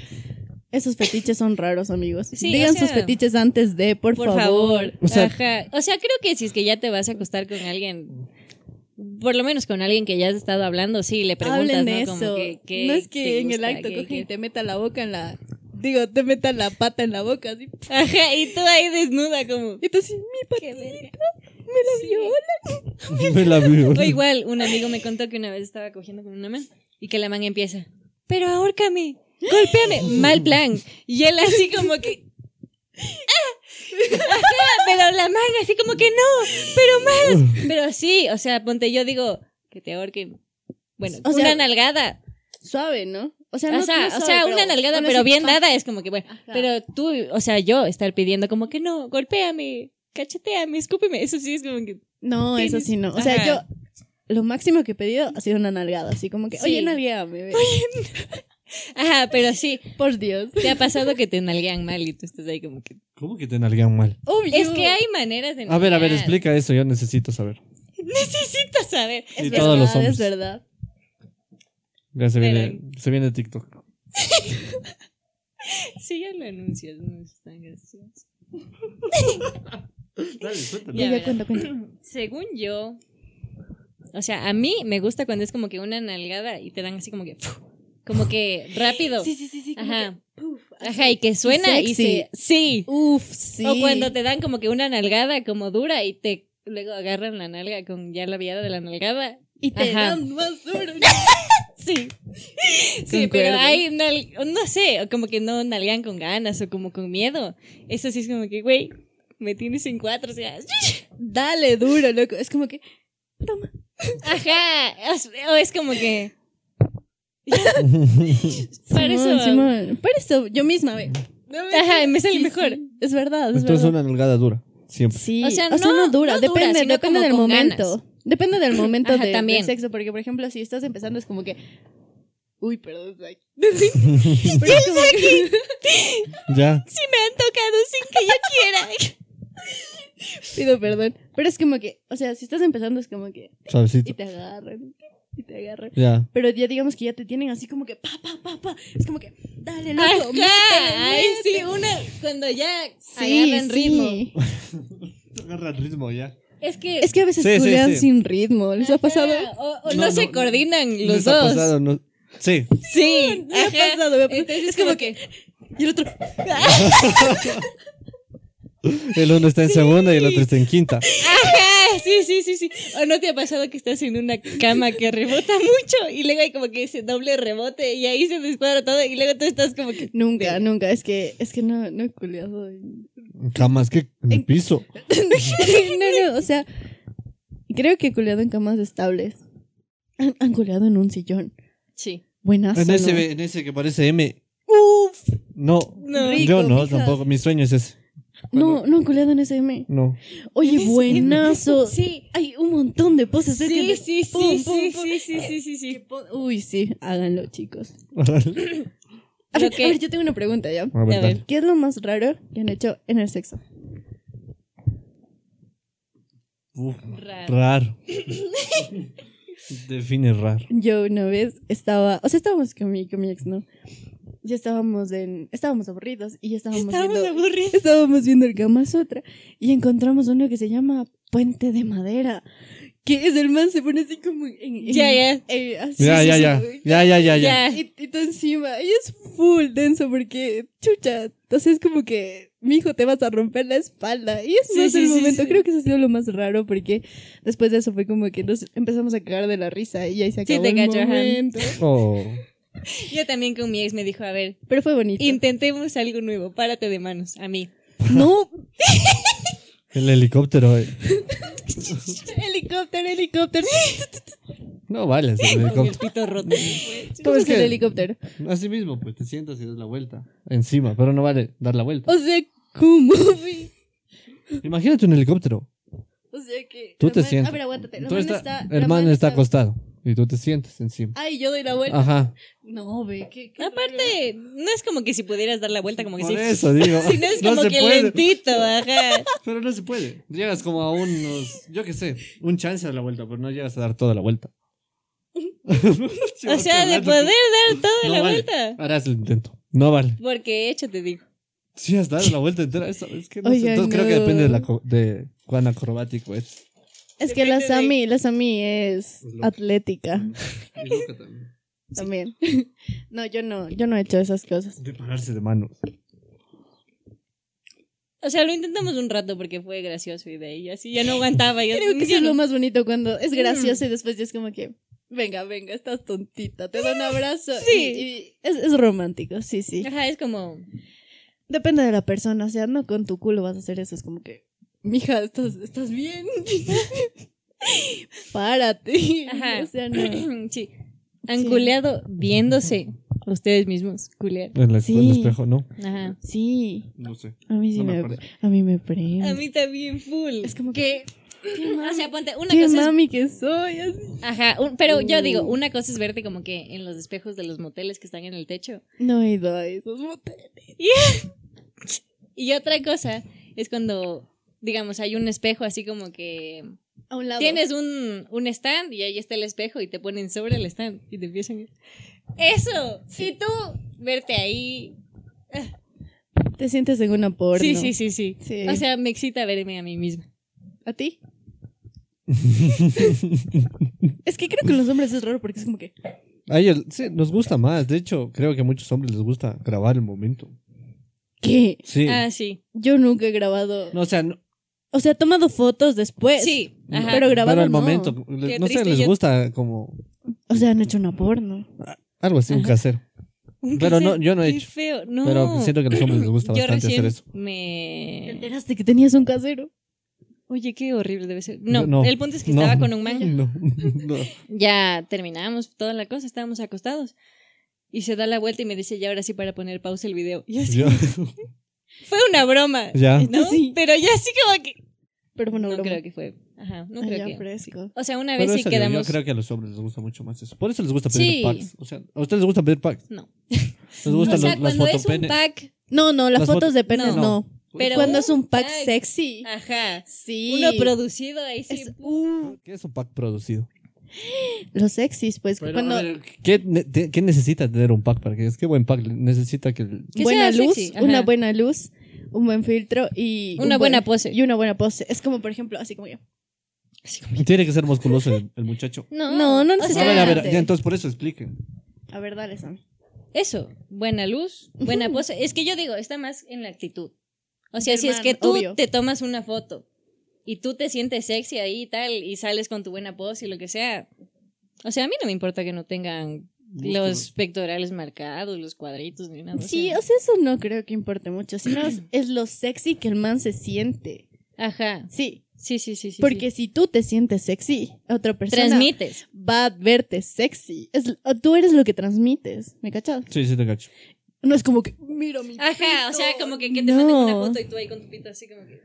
Speaker 3: Esos fetiches son raros, amigos.
Speaker 2: Sí,
Speaker 3: Digan
Speaker 2: o sea,
Speaker 3: sus fetiches antes de, por,
Speaker 2: Por,
Speaker 3: favor.
Speaker 2: favor.
Speaker 4: O sea-
Speaker 2: Ajá. O sea, creo que si es que ya te vas a acostar con alguien, por lo menos con alguien que ya has estado hablando, sí, le preguntas,
Speaker 3: Hablen
Speaker 2: ¿no?
Speaker 3: de eso.
Speaker 2: Como que, ¿qué
Speaker 3: no es
Speaker 2: te
Speaker 3: que en el
Speaker 2: gusta?
Speaker 3: acto
Speaker 2: ¿Qué-
Speaker 3: cogen y
Speaker 2: qué-
Speaker 3: te meta la boca en la. Digo, te meta la pata en la boca. Así.
Speaker 2: Ajá, y tú ahí desnuda como...
Speaker 3: Y tú así, mi
Speaker 2: "Qué verga".
Speaker 3: patita me la
Speaker 2: Sí.
Speaker 3: viola.
Speaker 4: Me la vio.
Speaker 2: O igual, un amigo me contó que una vez estaba cogiendo con una man y que la man empieza, pero ahórcame, golpéame, mal plan. Y él así como que... "Ah". Ajá, pero la man así como que no, pero más. Pero sí, o sea, ponte yo digo que te ahorquen. Bueno,
Speaker 3: O sea,
Speaker 2: una nalgada.
Speaker 3: Suave, ¿no? O sea,
Speaker 2: O sea, o sea, una nalgada, pero bien
Speaker 3: dada.
Speaker 2: dada es como que bueno. Pero tú, o sea, yo estar pidiendo como que no, golpéame, cacheteame, escúpeme. Eso sí es como que.
Speaker 3: No, eso
Speaker 2: tienes-
Speaker 3: sí no. O sea,
Speaker 2: Ajá.
Speaker 3: yo. lo máximo que he pedido ha sido una nalgada, así como que,
Speaker 2: Sí.
Speaker 3: oye, nalgueame, ve".
Speaker 2: Ajá, pero sí,
Speaker 3: por Dios.
Speaker 2: te ha pasado que te nalguean mal y tú estás ahí como que...
Speaker 1: ¿Cómo que te nalguean mal?
Speaker 3: Obvio.
Speaker 2: Es que hay maneras de...
Speaker 1: A ver, a ver,
Speaker 2: nalguear.
Speaker 1: explica eso, yo necesito saber.
Speaker 2: Necesitas saber.
Speaker 3: Es
Speaker 1: Y
Speaker 3: verdad,
Speaker 1: todos los hombres.
Speaker 3: es verdad.
Speaker 1: Ya se viene,
Speaker 2: Esperen.
Speaker 1: se viene TikTok.
Speaker 2: Sí, ya lo anuncias, no es tan gracioso.
Speaker 1: Dale, suéltalo.
Speaker 2: Ya
Speaker 3: Ya,
Speaker 2: verás.
Speaker 3: cuenta, cuenta.
Speaker 2: Según yo... O sea, a mí me gusta cuando es como que una nalgada y te dan así como que... Como que rápido.
Speaker 3: Sí, sí, sí, sí. como
Speaker 2: Ajá.
Speaker 3: que, puf, así.
Speaker 2: Ajá, y que suena y
Speaker 3: Sexy.
Speaker 2: se... Sí.
Speaker 3: Uf, sí.
Speaker 2: O cuando te dan como que una nalgada como dura y te luego agarran la nalga con ya la viada de la nalgada.
Speaker 3: Y te
Speaker 2: Ajá.
Speaker 3: dan más duro.
Speaker 2: Sí. Sí, pero
Speaker 3: Concuerdo.
Speaker 2: hay nal- no sé, o como que no nalgan con ganas o como con miedo. Eso sí es como que, güey, me tienes en cuatro, o sea,
Speaker 3: Dale duro, loco. Es como que,
Speaker 2: ajá, es- o es como que para
Speaker 3: Simón,
Speaker 2: eso
Speaker 3: Simón. Para eso, yo misma, ve.
Speaker 2: Ajá, me sale
Speaker 3: Sí,
Speaker 2: mejor.
Speaker 3: sí. Es verdad, es
Speaker 1: Entonces
Speaker 3: verdad.
Speaker 1: una nalgada dura, siempre.
Speaker 3: Sí,
Speaker 2: O
Speaker 3: o
Speaker 2: sea,
Speaker 3: sea,
Speaker 2: no-
Speaker 3: no, dura,
Speaker 2: no dura,
Speaker 3: depende,
Speaker 2: sino como
Speaker 3: depende del
Speaker 2: con
Speaker 3: momento.
Speaker 2: ganas.
Speaker 3: Depende del momento
Speaker 2: Ajá,
Speaker 3: de,
Speaker 2: también.
Speaker 3: del sexo, porque por ejemplo, si estás empezando es como que uy, perdón, ay.
Speaker 2: Ya sé que
Speaker 1: Ya.
Speaker 2: si me han tocado sin que yo quiera.
Speaker 3: pido perdón, pero es como que, o sea, si estás empezando es como que y
Speaker 1: Suavecito.
Speaker 3: te agarran y te agarran.
Speaker 1: Ya.
Speaker 3: Pero ya digamos que ya te tienen así como que pa pa pa pa, es como que dale, loco.
Speaker 2: Ajá,
Speaker 3: métele,
Speaker 2: ay, sí,
Speaker 3: métele.
Speaker 2: una cuando ya
Speaker 3: Sí,
Speaker 2: agarran
Speaker 3: sí.
Speaker 2: ritmo.
Speaker 1: Agarra el ritmo ya.
Speaker 2: Es que
Speaker 3: Es que a veces
Speaker 1: Sí, sí,
Speaker 3: culean
Speaker 1: sí.
Speaker 3: sin ritmo, ¿les ha pasado?
Speaker 2: Ajá, O, o no,
Speaker 1: No,
Speaker 2: se
Speaker 1: no,
Speaker 2: coordinan los dos.
Speaker 1: Sí.
Speaker 2: Sí,
Speaker 3: Me ha
Speaker 2: ajá.
Speaker 3: pasado, me ha pasado.
Speaker 2: Entonces
Speaker 3: Es como que y el otro
Speaker 1: El uno está en segunda y el otro está en quinta.
Speaker 2: Ajá, sí, sí, sí, sí. ¿O no te ha pasado que estás en una cama que rebota mucho y luego hay como que ese doble rebote y ahí se descuadra todo y luego tú estás como que...
Speaker 3: Nunca, nunca, es que, es que no, no he culeado. en-
Speaker 1: Jamás que en el piso.
Speaker 3: no, no, o sea, creo que he culeado en camas estables. Han, han culeado en un sillón.
Speaker 2: Sí.
Speaker 3: Buenas.
Speaker 1: En ese, ve- en ese que parece M.
Speaker 3: Uf,
Speaker 1: No.
Speaker 2: No.
Speaker 1: yo
Speaker 3: Rico,
Speaker 1: no,
Speaker 3: mija.
Speaker 1: tampoco. Mi sueño es ese.
Speaker 3: no, no han culeado en ese M.
Speaker 1: No.
Speaker 3: Oye, buenazo.
Speaker 2: Sí.
Speaker 3: Hay un montón de poses. es que-
Speaker 2: Sí, sí, sí,
Speaker 3: pum,
Speaker 2: sí,
Speaker 3: pum,
Speaker 2: sí,
Speaker 3: pum.
Speaker 2: sí, sí, sí, sí, sí.
Speaker 3: Uy, sí, háganlo, chicos. A
Speaker 2: Lo
Speaker 3: ver,
Speaker 2: que-
Speaker 3: a ver, yo tengo una pregunta ya.
Speaker 1: A
Speaker 2: A
Speaker 1: ver,
Speaker 2: ver.
Speaker 1: dale.
Speaker 3: ¿Qué es lo más raro que han hecho en el sexo?
Speaker 1: Uf,
Speaker 2: Raro.
Speaker 1: raro. Define raro.
Speaker 3: Yo una vez estaba, o sea, estábamos con mi, con mi ex, ¿no? Ya estábamos en, estábamos aburridos y ya estábamos,
Speaker 2: Estábamos
Speaker 3: viendo-
Speaker 2: aburridos.
Speaker 3: estábamos viendo el Kama Sutra y encontramos uno que se llama Puente de Madera, que es el man se pone así como en... en-
Speaker 2: Ya, ya.
Speaker 3: eh, así,
Speaker 1: Ya,
Speaker 3: sí,
Speaker 1: ya,
Speaker 3: sí,
Speaker 1: ya.
Speaker 3: güey.
Speaker 1: Ya, ya, ya, ya.
Speaker 3: Y, y tú encima, y es full denso porque, chucha, entonces es como que, mi hijo, te vas a romper la espalda. Y eso
Speaker 2: Sí,
Speaker 3: no es
Speaker 2: sí,
Speaker 3: el
Speaker 2: sí,
Speaker 3: momento,
Speaker 2: sí.
Speaker 3: creo que eso ha sido lo más raro porque después de eso fue como que nos empezamos a cagar de la risa y ahí se
Speaker 2: Sí,
Speaker 3: acabó
Speaker 2: te
Speaker 3: el
Speaker 2: cacho, ajá.
Speaker 3: momento.
Speaker 1: Oh.
Speaker 2: Yo también con mi ex me dijo, a ver,
Speaker 3: Pero fue bonito.
Speaker 2: intentemos algo nuevo, párate de manos, a mí.
Speaker 3: No,
Speaker 1: El helicóptero. eh.
Speaker 3: helicóptero, helicóptero.
Speaker 1: No vale el
Speaker 2: Con el
Speaker 1: helicóptero.
Speaker 2: pito roto.
Speaker 3: ¿Cómo es
Speaker 1: que-
Speaker 3: el helicóptero?
Speaker 1: Así mismo, pues te sientas y das la vuelta. Encima, pero no vale dar la vuelta.
Speaker 3: O sea, ¿cómo? güey? Oh.
Speaker 1: Imagínate un helicóptero.
Speaker 3: O sea que.
Speaker 1: Tú
Speaker 3: la
Speaker 1: te
Speaker 3: man-
Speaker 1: sientas.
Speaker 3: A ver, aguántate. La
Speaker 1: Tú
Speaker 3: man
Speaker 1: está-
Speaker 3: está, Ah, la
Speaker 1: el man está acostado y tú te sientes encima.
Speaker 3: Ay, yo doy la vuelta.
Speaker 1: Ajá.
Speaker 3: No, ve, qué. qué raro.
Speaker 2: Aparte, no es como que si pudieras dar la vuelta, como que
Speaker 1: Por
Speaker 2: sí.
Speaker 1: eso digo.
Speaker 2: Sino es como
Speaker 1: se
Speaker 2: que
Speaker 1: puede.
Speaker 2: lentito, ajá.
Speaker 1: Pero no se puede. Llegas como a unos, yo qué sé, un chance a la vuelta, pero no llegas a dar toda la vuelta.
Speaker 2: O sea, de poder dar toda
Speaker 1: No
Speaker 2: la
Speaker 1: vale.
Speaker 2: vuelta.
Speaker 1: Harás el intento. No vale.
Speaker 2: Porque hecho te digo.
Speaker 1: Si has dado la vuelta entera, eso es que no sé.
Speaker 3: Oigan,
Speaker 1: Entonces, creo que
Speaker 3: no.
Speaker 1: depende de, la co- de cuán acrobático es.
Speaker 3: Es que la
Speaker 2: Depende de-
Speaker 3: Sami, la Sami es
Speaker 1: Pues loca.
Speaker 3: atlética
Speaker 1: Y loca también.
Speaker 3: también. No, yo no, yo no he hecho esas cosas.
Speaker 1: De pararse de manos.
Speaker 2: O sea, lo intentamos un rato porque fue gracioso y de ahí así ya no aguantaba. Yo,
Speaker 3: Creo que eso
Speaker 2: ya
Speaker 3: es lo
Speaker 2: no. Mm.
Speaker 3: más bonito cuando es gracioso y después ya es como que, venga, venga, estás tontita, te doy un abrazo. y-
Speaker 2: Sí.
Speaker 3: y es, es romántico, sí, sí.
Speaker 2: Ajá, es como.
Speaker 3: Depende de la persona, o sea, no con tu culo vas a hacer eso, es como que, mija, estás, estás bien. Párate.
Speaker 2: Ajá.
Speaker 3: O sea, no.
Speaker 2: sí. Han
Speaker 3: Sí.
Speaker 2: culeado viéndose ustedes mismos culear.
Speaker 1: En el,
Speaker 3: Sí.
Speaker 1: en el espejo, ¿no?
Speaker 2: Ajá.
Speaker 3: Sí,
Speaker 1: No sé.
Speaker 3: a mí sí
Speaker 1: No me
Speaker 3: me,
Speaker 1: acuerdo.
Speaker 3: a mí me prende.
Speaker 2: A mí también full.
Speaker 3: Es como que ¿Qué
Speaker 2: O sea, ponte, una
Speaker 3: qué Mm.
Speaker 2: cosa es
Speaker 3: mami que soy? Así.
Speaker 2: Ajá, un- pero yo digo, una cosa es verte como que en los espejos de los moteles que están en el techo.
Speaker 3: No he ido a esos moteles.
Speaker 2: Y otra cosa es cuando, digamos, hay un espejo así como que
Speaker 3: A un lado.
Speaker 2: tienes un, un stand y ahí está el espejo y te ponen sobre el stand y te empiezan. Eso, si tú verte ahí.
Speaker 3: Te sientes en una porno.
Speaker 2: Sí, sí, sí, sí,
Speaker 3: Sí.
Speaker 2: O sea, me excita verme a mí misma.
Speaker 3: ¿A ti? es que creo que los hombres es raro porque es como que.
Speaker 1: A ellos, sí, nos gusta más. De hecho, creo que a muchos hombres les gusta grabar el momento.
Speaker 3: ¿Qué?
Speaker 1: Sí.
Speaker 2: Ah, sí.
Speaker 3: Yo nunca he grabado.
Speaker 1: No, o sea, no,
Speaker 3: O sea, he tomado fotos después.
Speaker 2: sí, ajá.
Speaker 3: Pues, Pero grabado
Speaker 1: el
Speaker 3: no.
Speaker 1: momento.
Speaker 2: Qué
Speaker 1: No sé,
Speaker 2: triste,
Speaker 1: les
Speaker 2: yo-
Speaker 1: gusta como
Speaker 3: O sea, han hecho una porno.
Speaker 1: algo así, un
Speaker 2: Ajá.
Speaker 1: casero.
Speaker 2: Un
Speaker 1: Pero no,
Speaker 2: cassette,
Speaker 1: yo no he
Speaker 2: qué
Speaker 1: hecho.
Speaker 2: feo, no.
Speaker 1: Pero siento que a los hombres les gusta
Speaker 2: Yo
Speaker 1: bastante hacer
Speaker 2: recién
Speaker 1: eso.
Speaker 3: ¿Te
Speaker 2: Me
Speaker 3: enteraste que tenías un casero?
Speaker 2: Oye, qué horrible debe ser. No,
Speaker 1: No,
Speaker 2: el punto es que
Speaker 1: no.
Speaker 2: estaba con un man.
Speaker 1: No, no.
Speaker 2: Ya terminamos toda la cosa, estábamos acostados. Y se da la vuelta y me dice, ya ahora sí para poner pausa el video. Y así,
Speaker 1: Yo-
Speaker 2: fue una broma.
Speaker 1: ya.
Speaker 2: ¿No?
Speaker 3: Entonces sí.
Speaker 2: Pero ya así como que...
Speaker 3: Pero bueno,
Speaker 2: no creo que fue. Ajá, no
Speaker 3: Ah,
Speaker 2: creo
Speaker 3: ya,
Speaker 2: que...
Speaker 3: fresco.
Speaker 2: O sea, una
Speaker 1: Pero
Speaker 2: vez sí
Speaker 1: eso digo,
Speaker 2: quedamos...
Speaker 1: Yo creo que a los hombres les gusta mucho más eso. Por eso les gusta pedir
Speaker 2: Sí.
Speaker 1: packs. O sea, a ustedes les gusta pedir packs.
Speaker 2: No.
Speaker 1: Les gustan
Speaker 2: o sea,
Speaker 1: los- las
Speaker 2: cuando es un
Speaker 1: fotopenes.
Speaker 2: pack,
Speaker 3: No, no, las,
Speaker 1: Las
Speaker 3: fotos
Speaker 1: fotos-
Speaker 3: de penes
Speaker 2: no.
Speaker 3: no.
Speaker 2: pero...
Speaker 3: Cuando es un pack
Speaker 2: pack.
Speaker 3: sexy.
Speaker 2: Ajá.
Speaker 3: Sí.
Speaker 2: Uno producido ahí sí.
Speaker 3: Es- uh,
Speaker 1: ¿Qué es un pack producido?
Speaker 3: los sexys, pues. cuando,
Speaker 1: ¿Qué, ne- te- qué necesita tener un pack para que es qué buen pack necesita que el-
Speaker 2: Que
Speaker 3: buena
Speaker 2: sea
Speaker 3: luz,
Speaker 2: sexy, ajá.
Speaker 3: una buena luz, un buen filtro y.
Speaker 2: Una
Speaker 3: un
Speaker 2: buena
Speaker 3: buen-
Speaker 2: pose.
Speaker 3: Y una buena pose. Es como, por ejemplo, así como yo.
Speaker 1: tiene que ser musculoso el, el muchacho.
Speaker 2: No,
Speaker 3: No, no
Speaker 2: o sea,
Speaker 1: a ver, a ver,
Speaker 3: Espérate.
Speaker 1: ya, entonces por eso expliquen.
Speaker 3: A ver, dale, Sammy.
Speaker 2: Eso, buena luz, buena pose. Es que yo digo, está más en la actitud. O sea,
Speaker 3: Del
Speaker 2: si es
Speaker 3: man,
Speaker 2: que tú
Speaker 3: obvio.
Speaker 2: te tomas una foto y tú te sientes sexy ahí y tal, y sales con tu buena pose y lo que sea. O sea, a mí no me importa que no tengan los pectorales marcados, los cuadritos ni nada. o
Speaker 3: Sí,
Speaker 2: sea.
Speaker 3: o sea, eso no creo que importe mucho. Sino es, es lo sexy que el man se siente.
Speaker 2: Ajá.
Speaker 3: Sí.
Speaker 2: Sí, sí, sí, sí.
Speaker 3: porque
Speaker 2: sí.
Speaker 3: si tú te sientes sexy, otra persona
Speaker 2: transmites.
Speaker 3: va a verte sexy. Es, tú eres lo que transmites. ¿Me cachas?
Speaker 1: Sí, sí te cacho.
Speaker 3: No es como que, mira mi
Speaker 2: Ajá, o sea,
Speaker 3: pito".
Speaker 2: como que, que te
Speaker 3: No.
Speaker 2: manden una foto y tú ahí con tu pito así como que.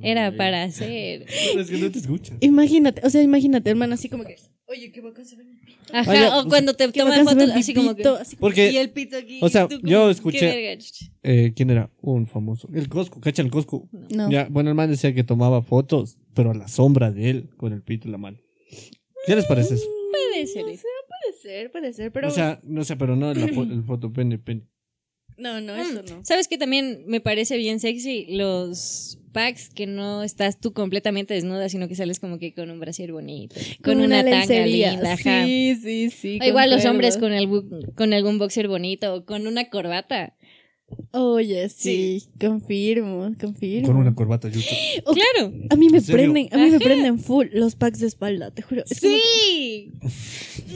Speaker 2: Era para hacer.
Speaker 1: Es que no te escucha.
Speaker 3: Imagínate, o sea, imagínate, hermano, así como que, oye, qué bacán se ve mi pito.
Speaker 2: Ajá,
Speaker 1: Oye,
Speaker 2: o cuando te
Speaker 3: Qué
Speaker 2: toman
Speaker 3: bacán se ve
Speaker 2: fotos
Speaker 3: mi
Speaker 2: así como que.
Speaker 3: pito", así como-
Speaker 1: Porque
Speaker 2: Y el pito aquí.
Speaker 1: o sea,
Speaker 2: y tú como,
Speaker 1: yo
Speaker 2: "Qué
Speaker 1: escuché-
Speaker 2: verga".
Speaker 1: eh, ¿quién era? Un famoso. El Cosco, cacha el Cosco.
Speaker 3: No.
Speaker 1: Ya, bueno, el man decía que tomaba fotos, pero a la sombra de él, con el pito en la mano. ¿Qué les parece eso?
Speaker 2: Puede ser.
Speaker 3: O sea, puede ser, puede ser, pero
Speaker 1: o sea, no sé, pero no la fo- el foto pene, pene.
Speaker 3: no, no,
Speaker 2: Mm.
Speaker 3: eso no.
Speaker 2: ¿Sabes que también me parece bien sexy los packs que no estás tú completamente desnuda, sino que sales como que con un brasier bonito, con una, tanga
Speaker 3: lencería.
Speaker 2: linda, ajá.
Speaker 3: Sí, sí, sí.
Speaker 2: O igual los
Speaker 3: concuerdo.
Speaker 2: hombres con, algún- con algún boxer bonito, o con una corbata.
Speaker 3: Oye, sí, confirmo, confirmo.
Speaker 1: Con una corbata yuca.
Speaker 3: Oh.
Speaker 2: ¡Claro!
Speaker 3: A mí me
Speaker 1: ¿En serio?
Speaker 3: prenden, a mí me
Speaker 2: Ajá.
Speaker 3: prenden full los packs de espalda, te juro. Es como
Speaker 2: ¡Sí!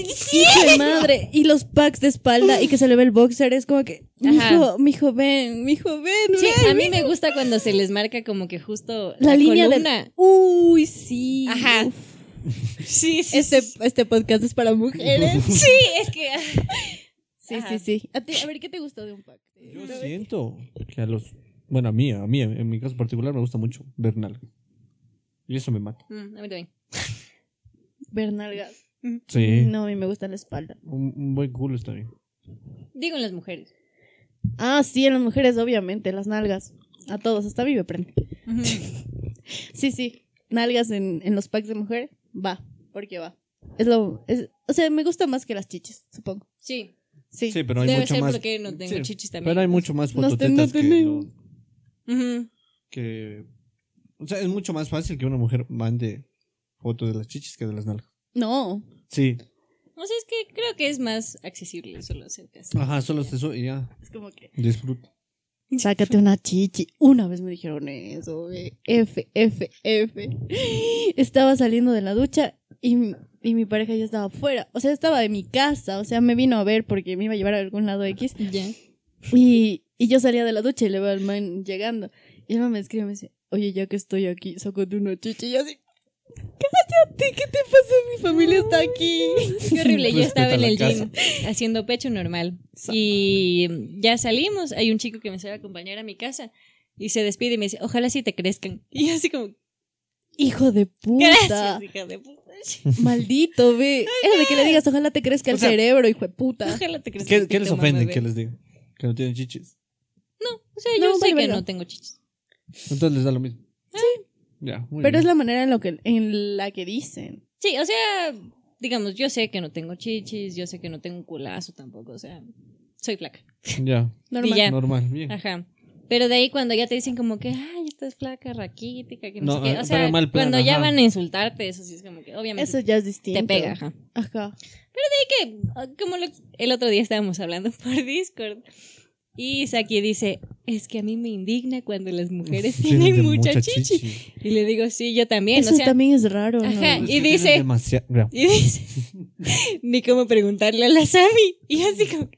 Speaker 3: Sí, de madre. Y los packs de espalda y que se le ve el boxer es como que,
Speaker 2: Ajá.
Speaker 3: mijo, mijo, ven, mijo, ven,
Speaker 2: Sí,
Speaker 3: ven.
Speaker 2: a mí me gusta cuando se les marca como que justo
Speaker 3: La,
Speaker 2: la,
Speaker 3: línea
Speaker 2: columna.
Speaker 3: de... Uy, sí.
Speaker 2: Ajá.
Speaker 3: Uf.
Speaker 2: Sí, sí.
Speaker 3: Este, este podcast es para mujeres.
Speaker 2: Sí, es que. ah,
Speaker 3: Sí,
Speaker 2: Ajá.
Speaker 3: sí, sí. A, ti- a ver, ¿qué te gustó de un pack?
Speaker 1: Yo
Speaker 3: ¿Sabes?
Speaker 1: siento que a los. Bueno, a mí, a mí, en mi caso particular, me gusta mucho ver nalgas. Y eso me mata.
Speaker 2: Mm, a mí también.
Speaker 3: Ver nalgas.
Speaker 1: Sí.
Speaker 3: No, a mí me gusta la espalda.
Speaker 1: Un, un buen culo está bien.
Speaker 2: Digo en las mujeres.
Speaker 3: Ah, sí, en las mujeres, obviamente, las nalgas. A todos, hasta a mí me prende. Sí, sí. Nalgas en, en los packs de mujer, va. Porque va. Es lo. es- o sea, me gusta más que las chiches, supongo.
Speaker 2: Sí.
Speaker 3: Sí.
Speaker 1: Sí, pero hay
Speaker 2: Debe
Speaker 1: mucho
Speaker 2: ser
Speaker 1: más.
Speaker 2: porque no tengo
Speaker 1: Sí,
Speaker 2: chichis también.
Speaker 1: Pero hay mucho más
Speaker 3: No ten- no
Speaker 1: fototetas que,
Speaker 3: tenemos.
Speaker 1: lo-
Speaker 2: Ujú.
Speaker 1: que. O sea, es mucho más fácil que una mujer mande fotos de las chichis que de las nalgas.
Speaker 3: No.
Speaker 1: Sí.
Speaker 2: O sea, es que creo que es más accesible solo hacer caso.
Speaker 1: Ajá, solo es eso y ya.
Speaker 3: Es como que.
Speaker 1: Disfruta.
Speaker 3: Sácate una chichi. Una vez me dijeron eso, ve. F, F, F. Estaba saliendo de la ducha y, mi- y mi pareja ya estaba afuera. O sea, estaba de mi casa. O sea, me vino a ver porque me iba a llevar a algún lado X.
Speaker 2: Ya.
Speaker 3: Y, y yo salía de la ducha y le veo al man llegando. Y el man me escribe y me dice, oye, ya que estoy aquí, sácate una chichi. Y yo así, cállate, ¿qué te pasa? Mi familia está aquí.
Speaker 2: Qué horrible. Yo
Speaker 1: Respeta
Speaker 2: estaba en
Speaker 1: la
Speaker 2: el
Speaker 1: casa.
Speaker 2: gym haciendo pecho normal. Y ya salimos. Hay un chico que me se va a acompañar a mi casa. Y se despide y me dice, ojalá sí te crezcan. Y yo así como,
Speaker 3: Hijo de puta.
Speaker 2: Gracias, hija de puta.
Speaker 3: Maldito, ve. Eso de que le digas, ojalá te crezca el
Speaker 1: O sea,
Speaker 3: cerebro, hijo de puta.
Speaker 2: Ojalá te crezca
Speaker 1: ¿Qué,
Speaker 2: el
Speaker 1: qué les
Speaker 2: pito, mamá,
Speaker 1: ofende
Speaker 2: bebé.
Speaker 1: que les diga? Que no tienen chichis.
Speaker 2: O sea,
Speaker 3: No,
Speaker 2: yo sé
Speaker 3: vale,
Speaker 2: que
Speaker 3: verga.
Speaker 2: no tengo chichis.
Speaker 1: Entonces les da lo mismo. Sí. Ya, muy
Speaker 3: Pero es
Speaker 1: bien.
Speaker 3: la manera en, lo que, en la que dicen.
Speaker 2: Sí, o sea, digamos, yo sé que no tengo chichis, yo sé que no tengo un culazo tampoco, o sea, soy flaca.
Speaker 1: Ya,
Speaker 3: Normal.
Speaker 2: Y ya.
Speaker 1: normal, bien.
Speaker 2: Ajá. Pero de ahí cuando ya te dicen como que, ay, estás flaca, raquítica, que no,
Speaker 1: No,
Speaker 2: sé qué.
Speaker 1: ah,
Speaker 2: O sea,
Speaker 1: pero mal plan,
Speaker 2: cuando ya
Speaker 1: ajá.
Speaker 2: van a insultarte, eso sí es como que, obviamente,
Speaker 3: Eso ya es distinto.
Speaker 2: te pega, ajá.
Speaker 3: Ajá.
Speaker 2: que, ah, como lo- el otro día estábamos hablando por Discord, y Saki dice, es que a mí me indigna cuando las mujeres tienen
Speaker 1: de
Speaker 2: mucha,
Speaker 1: mucha
Speaker 2: chichi. Y le digo, sí, yo también,
Speaker 3: Eso
Speaker 2: o sea,
Speaker 3: también es raro. ¿no?
Speaker 2: Ajá.
Speaker 1: Es
Speaker 2: Y
Speaker 1: que
Speaker 2: dice-
Speaker 1: tienen demasiado- vea.
Speaker 2: y dice, ni cómo preguntarle a la Sami, y así como,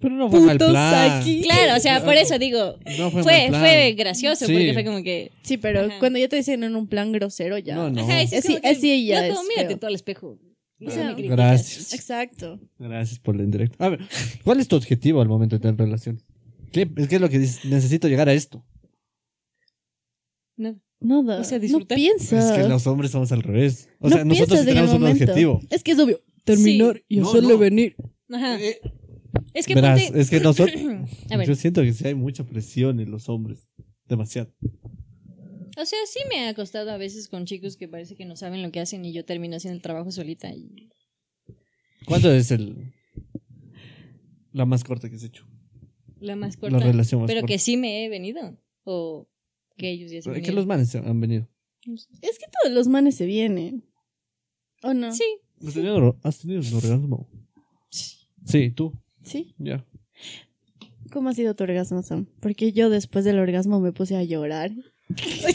Speaker 1: Pero no fue mal
Speaker 3: Putos
Speaker 1: plan.
Speaker 3: aquí.
Speaker 2: claro, o sea, por eso digo,
Speaker 1: No fue,
Speaker 2: fue,
Speaker 1: mal plan.
Speaker 2: fue gracioso,
Speaker 1: Sí.
Speaker 2: porque fue como que,
Speaker 3: Sí, pero
Speaker 2: Ajá.
Speaker 3: cuando ya te dicen en un plan grosero ya.
Speaker 1: No, no.
Speaker 2: ajá, y sí, es
Speaker 3: Así-
Speaker 2: como que,
Speaker 3: así ya
Speaker 2: loco,
Speaker 3: es
Speaker 2: mírate
Speaker 3: feo.
Speaker 2: tú al espejo. No me
Speaker 3: O sea,
Speaker 2: criticas.
Speaker 1: Gracias.
Speaker 3: Exacto.
Speaker 1: Gracias por la indirecta. A ver, ¿cuál es tu objetivo al momento de tener relaciones? ¿Qué, es que es lo que dices, necesito llegar a esto.
Speaker 2: No.
Speaker 3: Nada.
Speaker 2: O sea,
Speaker 3: no
Speaker 2: disfrutar.
Speaker 3: piensas.
Speaker 1: Es que los hombres somos al revés. O
Speaker 3: No
Speaker 1: sea, nosotros
Speaker 3: piensas
Speaker 1: sí
Speaker 3: en el
Speaker 1: tenemos un
Speaker 3: momento.
Speaker 1: objetivo.
Speaker 3: Es que es obvio. Terminar y
Speaker 1: No,
Speaker 3: hacerle
Speaker 1: no.
Speaker 3: venir.
Speaker 2: Ajá.
Speaker 1: Eh,
Speaker 2: Es que
Speaker 1: Verás,
Speaker 2: ponte-
Speaker 1: es que nosotros.
Speaker 2: A ver.
Speaker 1: Yo siento que sí hay mucha presión en los hombres. Demasiado.
Speaker 2: O sea, sí me ha costado a veces con chicos que parece que no saben lo que hacen y yo termino haciendo el trabajo solita. Y...
Speaker 1: ¿Cuánto es el. La más corta que has hecho?
Speaker 2: La más corta.
Speaker 1: La relación más
Speaker 2: pero
Speaker 1: corta.
Speaker 2: que sí me he venido. O que ellos ya se
Speaker 1: que
Speaker 2: vinieron.
Speaker 1: los manes se han venido.
Speaker 3: Es que todos los manes se vienen. ¿O no?
Speaker 2: Sí.
Speaker 1: ¿Has tenido, oro- ¿Has tenido un orgasmo? Sí, tú.
Speaker 3: ¿Sí?
Speaker 1: Ya.
Speaker 3: ¿Cómo ha sido tu orgasmo, Sam? Porque yo después del orgasmo me puse a llorar.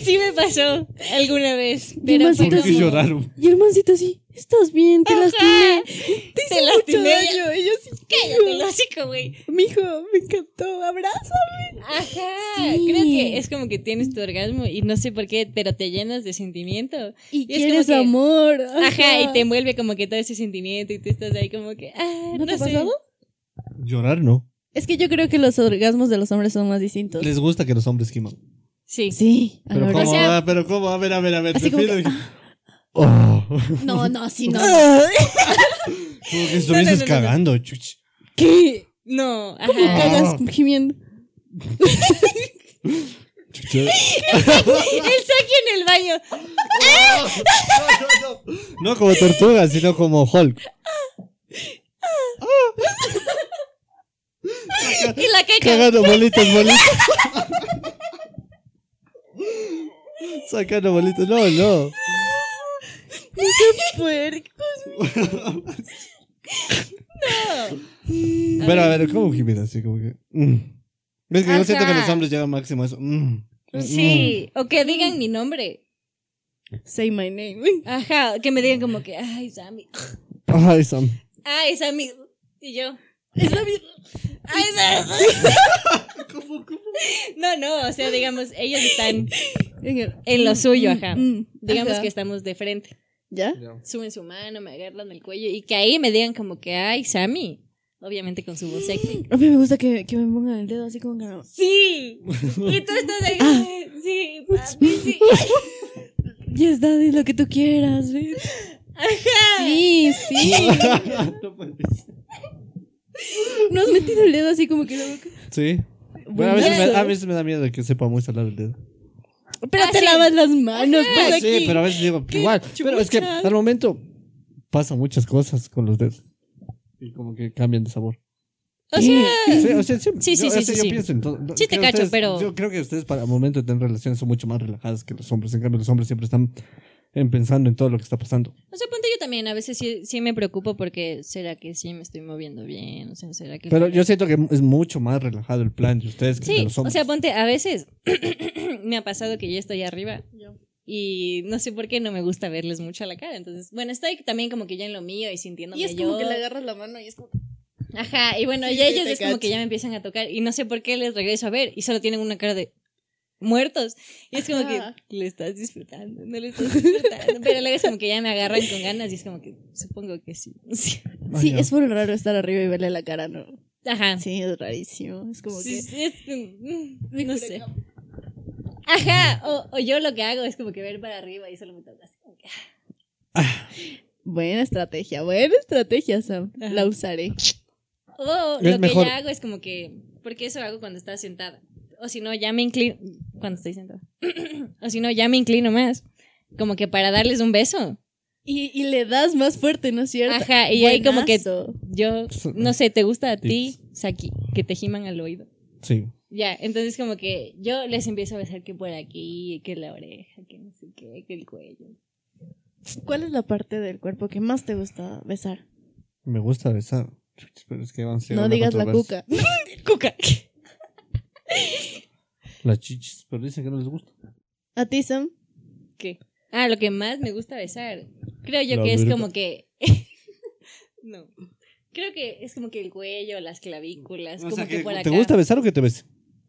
Speaker 2: Sí me pasó alguna vez.
Speaker 3: Y
Speaker 2: Pero
Speaker 3: más
Speaker 2: fue
Speaker 1: ¿Por
Speaker 3: Entonces-
Speaker 1: qué
Speaker 2: como-
Speaker 1: lloraron?
Speaker 3: Y el mancito así, estás bien, te lastimé. Te hice
Speaker 2: Te
Speaker 3: mucho
Speaker 2: lastimé.
Speaker 3: daño. Y yo así,
Speaker 2: Cállate el hocico, güey.
Speaker 3: mijo, me encantó, abrázame.
Speaker 2: Ajá.
Speaker 3: Sí.
Speaker 2: Creo que es como que tienes tu orgasmo y no sé por qué, pero te llenas de sentimiento.
Speaker 3: Y,
Speaker 2: Y es
Speaker 3: quieres
Speaker 2: como que-
Speaker 3: amor.
Speaker 2: Ajá, y te envuelve como que todo ese sentimiento y tú estás ahí como que. Ah,
Speaker 3: ¿No te ha
Speaker 2: sé.
Speaker 3: pasado?
Speaker 1: Llorar no.
Speaker 3: Es que yo creo que los orgasmos de los hombres son más distintos.
Speaker 1: Les gusta que los hombres giman.
Speaker 2: Sí.
Speaker 3: Sí. a
Speaker 1: Pero
Speaker 3: la
Speaker 1: cómo,
Speaker 2: O
Speaker 3: verdad.
Speaker 2: sea-
Speaker 1: Ah, pero cómo, a ver, a ver, a ver.
Speaker 3: Así como
Speaker 1: prefiero-
Speaker 3: que,
Speaker 1: Oh,
Speaker 3: No, no, sí, no.
Speaker 1: como que estuvieses
Speaker 2: ah. no, no, no.
Speaker 1: cagando, chuch.
Speaker 3: ¿Qué?
Speaker 2: No,
Speaker 3: ¿Cómo
Speaker 2: ajá.
Speaker 3: cagas gimiendo?
Speaker 1: Chucha.
Speaker 2: El Saki en el baño.
Speaker 1: No, no, no. No como tortuga, sino como Hulk.
Speaker 2: Y la caca.
Speaker 1: Cagando bolitas, bolitas. Sacando bolitas. No, no.
Speaker 3: Puercos.
Speaker 1: Pero a ver, ¿cómo gimido así? Como que. mm. ¿Ves que yo
Speaker 2: Ajá.
Speaker 1: siento que los hombres llegan máximo a eso? mm, mm,
Speaker 2: Sí, o que digan mi nombre.
Speaker 3: Say my name.
Speaker 2: Ajá, que me digan como que, ay, Sammy.
Speaker 1: mm. Ay, Sam.
Speaker 2: Ay, Sammy. Y yo,
Speaker 3: Está bien.
Speaker 2: ay, Sammy. No, no, o sea, digamos, ellos están
Speaker 3: Venga.
Speaker 2: en lo suyo, ajá.
Speaker 3: Mm,
Speaker 2: Digamos
Speaker 3: ajá.
Speaker 2: que estamos de frente.
Speaker 3: ¿Ya?
Speaker 2: Suben su mano, me agarran el cuello y que ahí me digan como que, ay, Sammy. Obviamente con su voz sexy.
Speaker 3: A mí me gusta que, que me pongan el dedo así como que no.
Speaker 2: Sí. Y tú estás ahí. "Ay, Sí, papi, sí.
Speaker 3: Yes, daddy, lo que tú quieras, ven. Sí, sí. ¿No has metido el dedo así como que la boca?
Speaker 1: Sí. Bueno, a, veces
Speaker 3: Buenazo.
Speaker 1: me, a veces me da miedo que sepa muy salado el dedo.
Speaker 3: Pero
Speaker 2: Ah,
Speaker 3: te
Speaker 2: sí.
Speaker 3: lavas las manos, pues
Speaker 1: Ah, sí,
Speaker 3: aquí.
Speaker 1: pero a veces digo, igual. Pero es que
Speaker 3: chuchas.
Speaker 1: al momento pasan muchas cosas con los dedos. Y como que cambian de sabor.
Speaker 2: O sea,
Speaker 1: Sí, o sea, sí,
Speaker 2: Sí, sí,
Speaker 1: yo,
Speaker 2: sí,
Speaker 1: o sea,
Speaker 2: sí,
Speaker 1: yo
Speaker 2: sí.
Speaker 1: pienso en todo. No,
Speaker 2: Sí te
Speaker 1: creo
Speaker 2: cacho,
Speaker 1: ustedes-
Speaker 2: pero-
Speaker 1: Yo creo que ustedes para el momento de tener relaciones son mucho más relajadas que los hombres. En cambio, los hombres siempre están eh, pensando en todo lo que está pasando.
Speaker 2: O sea, ponte yo también, a veces sí, sí me preocupo porque será que sí me estoy moviendo bien, o sea, será que...
Speaker 1: Pero yo siento que es mucho más relajado el plan de ustedes que el de
Speaker 2: Sí,
Speaker 1: los
Speaker 2: o
Speaker 1: hombres.
Speaker 2: sea, ponte, a veces me ha pasado que yo estoy arriba y no sé por qué no me gusta verles mucho a la cara, entonces, bueno, estoy también como que ya en lo mío y sintiéndome
Speaker 3: Y es
Speaker 2: yo.
Speaker 3: como que le agarras la mano y es como.
Speaker 2: Ajá, y bueno,
Speaker 3: Sí,
Speaker 2: ya
Speaker 3: sí,
Speaker 2: ellos
Speaker 3: te
Speaker 2: es como
Speaker 3: cacho.
Speaker 2: que ya me empiezan a tocar y no sé por qué les regreso a ver y solo tienen una cara de muertos y es como
Speaker 3: Ajá.
Speaker 2: que le estás disfrutando, no le estás disfrutando, pero luego es como que ya me agarran con ganas y es como que supongo que sí. sí.
Speaker 1: Ah,
Speaker 3: Sí,
Speaker 1: ya.
Speaker 3: es muy raro estar arriba y verle la cara, ¿no?
Speaker 2: Ajá.
Speaker 3: Sí, es rarísimo. Es como
Speaker 2: Ah. Sí,
Speaker 3: que.
Speaker 2: sí, es- mm, no sé. Ajá, o, o yo lo que hago es como que ver para arriba y solo me toco así. como que, ah.
Speaker 3: Buena estrategia, buena estrategia, Sam. La usaré.
Speaker 2: O
Speaker 1: Es
Speaker 2: lo
Speaker 1: mejor.
Speaker 2: que ya hago es como que, porque eso hago cuando estaba sentada. O si no, ya me inclino, cuando estoy sentada. o si no, ya me inclino más. Como que para darles un beso.
Speaker 3: Y, y le das más fuerte, ¿no es cierto?
Speaker 2: Ajá, y ahí como que
Speaker 3: Buenazo.
Speaker 2: yo, no sé, ¿te gusta a ti, Saki, que te giman al oído?
Speaker 1: Sí.
Speaker 2: Ya, entonces como que yo les empiezo a besar que por aquí, que la oreja, que no sé qué, que el cuello.
Speaker 3: ¿Cuál es la parte del cuerpo que más te gusta besar?
Speaker 1: Me gusta besar. Pero es que van a ser
Speaker 3: no
Speaker 1: una
Speaker 3: digas la
Speaker 1: controversia.
Speaker 3: cuca.
Speaker 2: Cuca.
Speaker 1: Las chichis, pero dicen que no les gusta.
Speaker 3: ¿A ti, Sam?
Speaker 2: ¿Qué? Ah, lo que más me gusta besar. Creo yo
Speaker 1: La
Speaker 2: que es
Speaker 1: verga.
Speaker 2: como que... no. Creo que es como que el cuello, las clavículas, como que, por acá.
Speaker 1: ¿Te gusta besar o que te besen?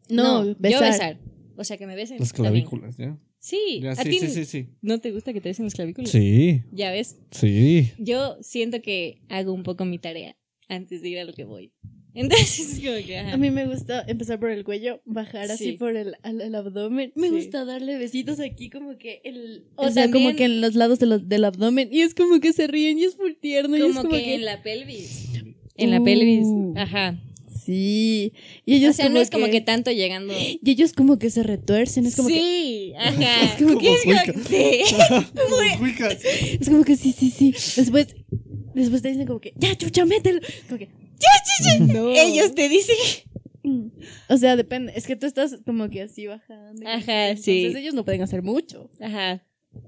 Speaker 3: No, besar.
Speaker 2: yo besar. O sea, que me besen
Speaker 1: Las
Speaker 2: también.
Speaker 1: clavículas, ¿ya?
Speaker 2: Sí,
Speaker 1: Ya,
Speaker 2: a
Speaker 1: sí,
Speaker 2: ti
Speaker 1: sí, sí, sí.
Speaker 2: no te gusta que te besen las clavículas.
Speaker 1: Sí,
Speaker 2: Ya ves,
Speaker 1: sí.
Speaker 2: yo siento que hago un poco mi tarea antes de ir a lo que voy. Entonces es como que... ajá.
Speaker 3: A mí me gusta empezar por el cuello, bajar así
Speaker 2: Sí.
Speaker 3: por el, al, al abdomen. Me
Speaker 2: Sí.
Speaker 3: gusta darle besitos aquí como que el...
Speaker 2: O
Speaker 3: O, sea,
Speaker 2: también-
Speaker 3: como que en los lados de los- del abdomen. Y es como que se ríen y es muy tierno. y es
Speaker 2: Como,
Speaker 3: como
Speaker 2: que,
Speaker 3: que...
Speaker 2: en la pelvis. En la
Speaker 3: Uh.
Speaker 2: pelvis. Ajá.
Speaker 3: Sí. Y ellos
Speaker 2: o sea,
Speaker 3: como
Speaker 2: no es como que tanto llegando.
Speaker 3: Y ellos como que se retuercen. Es como, que,
Speaker 2: sí, ajá.
Speaker 3: Es como
Speaker 1: que-
Speaker 2: Es como que- sí.
Speaker 1: Cuicas.
Speaker 3: es como que sí, sí, sí. Después... Después te dicen como que, ya, chucha, mételo. Como que,
Speaker 2: Ellos te dicen.
Speaker 3: mm. o sea, depende. Es que tú estás como que así bajando. y-
Speaker 2: Ajá,
Speaker 3: Entonces
Speaker 2: sí.
Speaker 3: ellos no pueden hacer mucho.
Speaker 2: Ajá.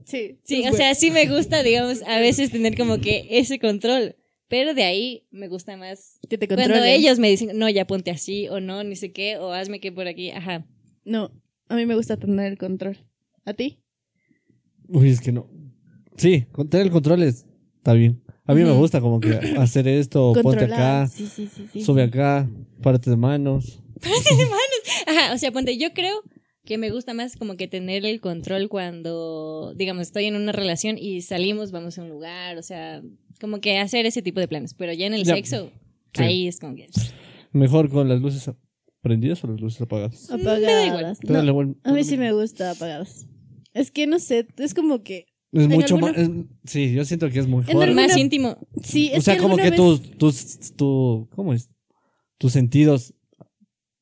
Speaker 3: Sí.
Speaker 2: Sí, o sea, sí me gusta, digamos, a veces tener como que ese control. Pero de ahí me gusta más.
Speaker 3: que te
Speaker 2: Cuando
Speaker 3: controlen.
Speaker 2: ellos me dicen, no, ya ponte así, o no, ni sé qué, o hazme que por aquí. Ajá.
Speaker 3: No, a mí me gusta tener el control. ¿A ti?
Speaker 1: Uy, es que no. Sí, con- tener el control es- está bien. A mí me
Speaker 2: Ujú.
Speaker 1: gusta como que hacer esto, Oh, ponte
Speaker 3: Controlar.
Speaker 1: acá,
Speaker 3: Sí, sí, sí, sí.
Speaker 1: sube acá, parte de manos.
Speaker 2: Ajá, o sea, ponte, yo creo que me gusta más como que tener el control cuando, digamos, estoy en una relación y salimos, vamos a un lugar, o sea, como que hacer ese tipo de planes. Pero ya en el
Speaker 1: Ya.
Speaker 2: sexo,
Speaker 1: Sí.
Speaker 2: ahí es como que...
Speaker 1: Mejor con las luces prendidas o las luces
Speaker 3: Mm,
Speaker 1: apagadas.
Speaker 2: da igual.
Speaker 3: Apagadas.
Speaker 1: Te da la
Speaker 3: No,
Speaker 1: vuel-
Speaker 3: a mí sí me gusta apagadas. Es que no sé, es como que.
Speaker 1: Es
Speaker 3: en
Speaker 1: mucho
Speaker 3: alguna-
Speaker 1: más. es- Sí, yo siento que es
Speaker 3: En
Speaker 1: mejor.
Speaker 3: alguna-
Speaker 2: Más íntimo.
Speaker 3: Sí, es
Speaker 1: o sea,
Speaker 3: que
Speaker 1: como
Speaker 3: alguna
Speaker 1: que
Speaker 3: vez-
Speaker 1: tus, tus, tu, ¿cómo es? Tus sentidos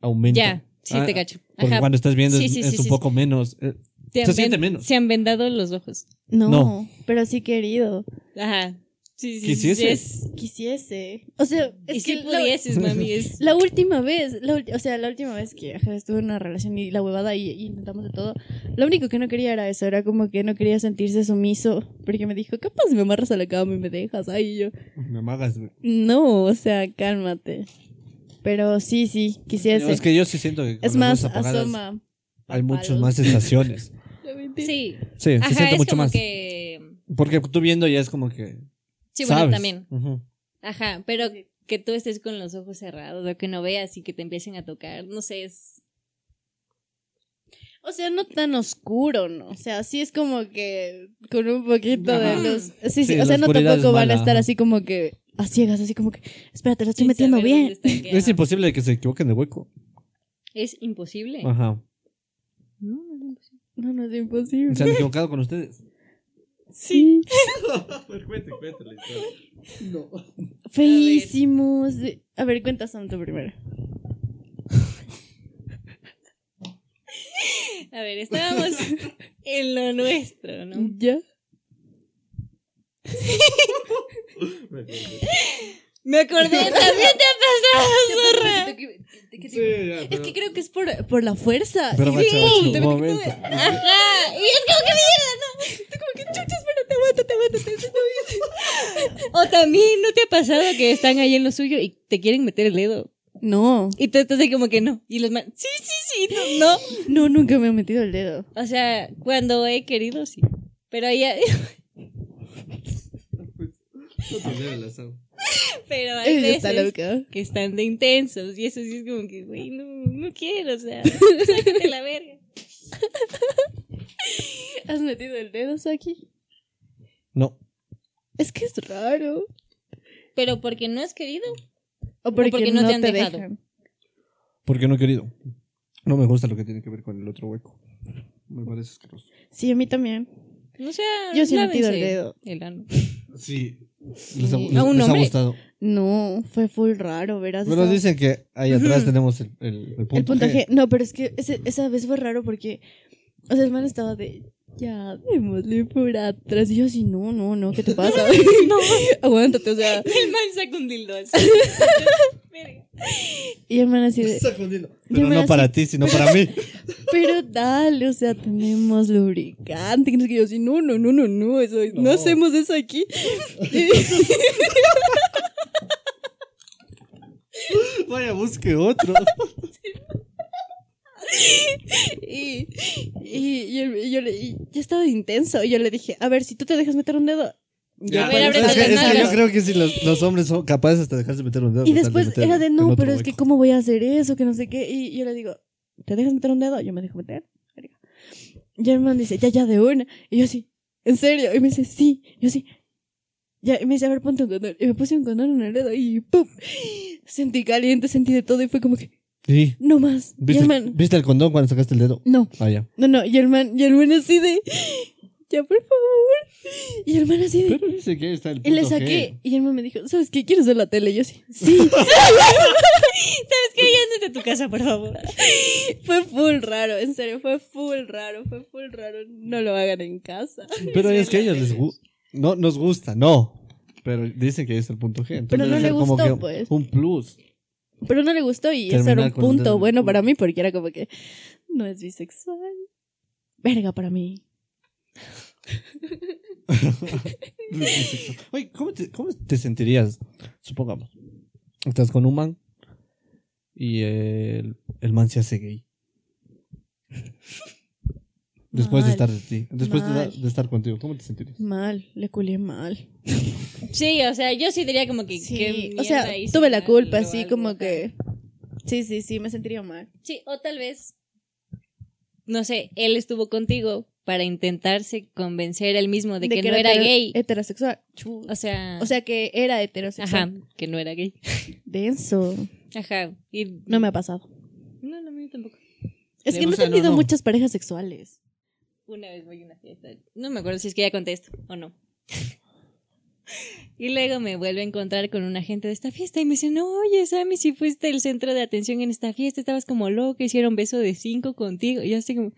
Speaker 1: aumentan.
Speaker 2: Ya, sí,
Speaker 1: Ah,
Speaker 2: te cacho.
Speaker 1: Porque
Speaker 2: Ajá,
Speaker 1: cuando estás viendo
Speaker 2: Sí,
Speaker 1: es,
Speaker 2: sí,
Speaker 1: es
Speaker 2: sí,
Speaker 1: un
Speaker 2: sí,
Speaker 1: poco menos. eh,
Speaker 2: te
Speaker 1: se
Speaker 2: han
Speaker 1: siente
Speaker 2: ven-
Speaker 1: menos.
Speaker 2: se han vendado los ojos.
Speaker 3: No,
Speaker 1: No.
Speaker 3: pero sí querido.
Speaker 2: Ajá. Sí, sí, sí.
Speaker 1: Quisieses.
Speaker 2: es-
Speaker 3: Quisiese. O sea,
Speaker 2: y
Speaker 3: es
Speaker 2: si
Speaker 3: que. la-
Speaker 2: pudieses, mami, es...
Speaker 3: La última vez, la ulti- o sea, la última vez que ajá, estuve en una relación y la huevada y, y intentamos de todo, lo único que no quería era eso, era como que no quería sentirse sumiso, porque me dijo, capaz me amarras a la cama y me dejas ahí y yo.
Speaker 1: Me amagas, güey.
Speaker 3: No, o sea, cálmate. Pero sí, sí, quisiese.
Speaker 1: Es
Speaker 3: Es,
Speaker 1: que yo sí siento que. con las
Speaker 3: más,
Speaker 1: luces apagadas
Speaker 3: asoma.
Speaker 1: Hay muchas
Speaker 3: palos.
Speaker 1: más sensaciones.
Speaker 2: Sí.
Speaker 1: Sí,
Speaker 2: Ajá,
Speaker 1: se siente
Speaker 2: es
Speaker 1: mucho
Speaker 2: como
Speaker 1: más.
Speaker 2: que...
Speaker 1: Porque tú viendo ya es como que.
Speaker 2: Sí,
Speaker 1: sabes.
Speaker 2: bueno, también.
Speaker 1: Ujú.
Speaker 2: Ajá, pero que tú estés con los ojos cerrados o que no veas y que te empiecen a tocar, no sé, es...
Speaker 3: O sea, no tan oscuro, ¿no? O sea, sí es como que con un poquito
Speaker 1: Ajá.
Speaker 3: de luz. Sí, sí,
Speaker 1: Sí,
Speaker 3: o
Speaker 1: la
Speaker 3: sea, no
Speaker 1: oscuridad es
Speaker 3: tampoco van a
Speaker 1: mala,
Speaker 3: estar
Speaker 1: ajá.
Speaker 3: así como que a ciegas, así como que, espérate, lo estoy
Speaker 2: sin
Speaker 3: metiendo
Speaker 2: saber
Speaker 3: bien.
Speaker 2: dónde están, qué,
Speaker 1: Es
Speaker 2: ajá.
Speaker 1: imposible que se equivoquen de hueco.
Speaker 2: Es imposible.
Speaker 1: Ajá.
Speaker 2: No, no es imposible.
Speaker 3: No, no es imposible.
Speaker 1: Se han equivocado con ustedes.
Speaker 3: sí.
Speaker 1: cuéntale, cuéntale.
Speaker 3: Feísimos. A ver, cuenta Sam tú primero.
Speaker 2: A ver, estábamos en lo nuestro, ¿no?
Speaker 3: ¿Ya?
Speaker 2: Me acordé, también te ha pasado, zorra.
Speaker 3: Es que creo que es por, por la fuerza.
Speaker 1: Pero
Speaker 3: Y-
Speaker 1: macho,
Speaker 3: ¡Pum!
Speaker 1: un momento.
Speaker 2: Ajá, y es como que mierda, ¿no?
Speaker 3: Tú como que chuchas, pero te aguanta, te aguanta, te aguanta.
Speaker 2: O también, ¿no te ha pasado que están ahí en lo suyo y te quieren meter el dedo?
Speaker 3: No,
Speaker 2: Y tú estás ahí como que no. Y los man, sí, sí, sí, no, no.
Speaker 3: no, nunca me he metido el dedo.
Speaker 2: O sea, cuando he querido, sí. Pero ahí, pero hay
Speaker 3: Ella
Speaker 2: veces
Speaker 3: está loca.
Speaker 2: que están de intensos. Y eso sí es como que, güey, no, no quiero, o sea, sáquete la verga.
Speaker 3: ¿Has metido el dedo, Saki?
Speaker 1: No.
Speaker 3: Es que es raro.
Speaker 2: Pero porque no has querido.
Speaker 3: O porque,
Speaker 2: porque
Speaker 3: no,
Speaker 2: no te
Speaker 3: te,
Speaker 2: han dejado.
Speaker 3: dejan.
Speaker 1: Porque no he querido. No me gusta lo que tiene que ver con el otro hueco. Me parece asqueroso.
Speaker 3: Sí, a mí también.
Speaker 2: No sé.
Speaker 3: Yo sí he metido
Speaker 2: lávense
Speaker 3: el dedo.
Speaker 2: el ano.
Speaker 1: Sí. Les ha,
Speaker 3: Sí.
Speaker 1: les-
Speaker 2: ¿A un
Speaker 1: les ha
Speaker 2: hombre?
Speaker 1: gustado.
Speaker 3: No, fue full raro, verás.
Speaker 1: Pero nos
Speaker 3: estaba-
Speaker 1: dicen que ahí atrás tenemos el, el, el punto
Speaker 3: el puntaje.
Speaker 1: G.
Speaker 3: No, pero es que ese- esa vez fue raro porque, o sea, el man estaba de, ya, démosle por atrás. Y yo así, no, no, no, ¿qué te pasa? no. Aguántate, o sea.
Speaker 2: El man saca un dildo así.
Speaker 3: Y el man así de,
Speaker 1: Está jodiendo.
Speaker 3: Yo
Speaker 1: Pero
Speaker 3: me
Speaker 1: no
Speaker 3: hace-
Speaker 1: para ti, sino para mí.
Speaker 3: pero dale, o sea, tenemos lubricante. Que no sé qué. yo así, no, no, no, no, no, eso, no.
Speaker 1: No.
Speaker 3: hacemos eso aquí.
Speaker 1: Vaya, busque otro.
Speaker 3: Y, y, y el- y yo, le- y yo estaba de intenso. Y yo le dije, a ver, si tú te dejas meter un dedo.
Speaker 2: Ya, pero
Speaker 3: yo puedo
Speaker 2: ábrete
Speaker 1: es,
Speaker 3: hacer
Speaker 1: que,
Speaker 2: las
Speaker 1: es que yo
Speaker 2: nalgas.
Speaker 1: creo que si los, los hombres son capaces hasta dejarse meter un dedo.
Speaker 3: Y
Speaker 1: con tal de
Speaker 3: después
Speaker 1: meter
Speaker 3: era de,
Speaker 1: en
Speaker 3: no,
Speaker 1: otro
Speaker 3: pero es que
Speaker 1: hueco".
Speaker 3: cómo voy a hacer eso, que no sé qué. Y yo le digo, ¿te dejas meter un dedo? Yo me dejo meter. verga. Y el man dice, ya, ya, de una. Y yo sí, ¿en serio? Y me dice, sí. yo sí. Ya, y me dice, a ver, ponte un condón. Y me puse un condón en el dedo y ¡pum! Sentí caliente, sentí de todo y fue como que,
Speaker 1: Sí.
Speaker 3: no más. Y
Speaker 1: ¿Viste,
Speaker 3: el
Speaker 1: el-
Speaker 3: man,
Speaker 1: viste el condón cuando sacaste el dedo? Ah,
Speaker 3: no,
Speaker 1: Vaya.
Speaker 3: no, no. Y el man, y el man así de, ya, por favor. Y el man así de,
Speaker 1: Pero dice que está el
Speaker 3: y le saqué. Y el man me dijo, ¿sabes qué? ¿Quieres ver la tele? Y yo sí, sí.
Speaker 2: ¿Sabes qué? Ya ándate a tu casa, por favor.
Speaker 3: Fue full raro, en serio, fue full raro, fue full raro. No lo hagan en casa.
Speaker 1: Pero es que a ellos les gu- no nos gusta, no. Pero dicen que es el punto G. entonces
Speaker 3: Pero no
Speaker 1: debe
Speaker 3: le
Speaker 1: ser como
Speaker 3: gustó,
Speaker 1: que
Speaker 3: pues.
Speaker 1: Un plus.
Speaker 3: Pero no le gustó y eso era
Speaker 1: Terminar
Speaker 3: un
Speaker 1: con un dedo en
Speaker 3: punto
Speaker 1: el
Speaker 3: bueno
Speaker 1: culo.
Speaker 3: para mí porque era como que no es bisexual. Verga para mí.
Speaker 1: Oye, ¿cómo te, cómo te sentirías? Supongamos, estás con un man y el, el man se hace gay. Después de estar
Speaker 3: Mal.
Speaker 1: de ti, después de,
Speaker 3: Mal.
Speaker 1: de estar contigo, ¿cómo te sentirías?
Speaker 3: Mal, le culé mal.
Speaker 2: Sí, o sea, yo sí diría como que.
Speaker 3: Sí,
Speaker 2: qué
Speaker 3: o
Speaker 2: mierda
Speaker 3: sea,
Speaker 2: hice
Speaker 3: tuve la
Speaker 2: mal,
Speaker 3: culpa,
Speaker 2: o
Speaker 3: así
Speaker 2: algo,
Speaker 3: como
Speaker 2: ajá.
Speaker 3: que... Sí, sí, sí, me sentiría mal.
Speaker 2: Sí, o tal vez. No sé, él estuvo contigo para intentarse convencer él mismo de, que, no era
Speaker 3: hetero-
Speaker 2: gay.
Speaker 3: Heterosexual.
Speaker 2: O sea.
Speaker 3: O sea que era heterosexual.
Speaker 2: ajá, que no era gay.
Speaker 3: Denso.
Speaker 2: Ajá. Y,
Speaker 3: No me ha pasado.
Speaker 2: No, no, a mí tampoco.
Speaker 3: Es
Speaker 1: Le
Speaker 3: que no he
Speaker 1: gusta, no,
Speaker 3: tenido
Speaker 1: no.
Speaker 3: muchas parejas sexuales.
Speaker 2: Una vez voy a una fiesta. No me acuerdo si es que ya contesto o no. Y luego me vuelvo a encontrar con una gente de esta fiesta y me dicen, oye, Sammy, si fuiste el centro de atención en esta fiesta, estabas como loca, hicieron beso de cinco contigo. Y yo así como,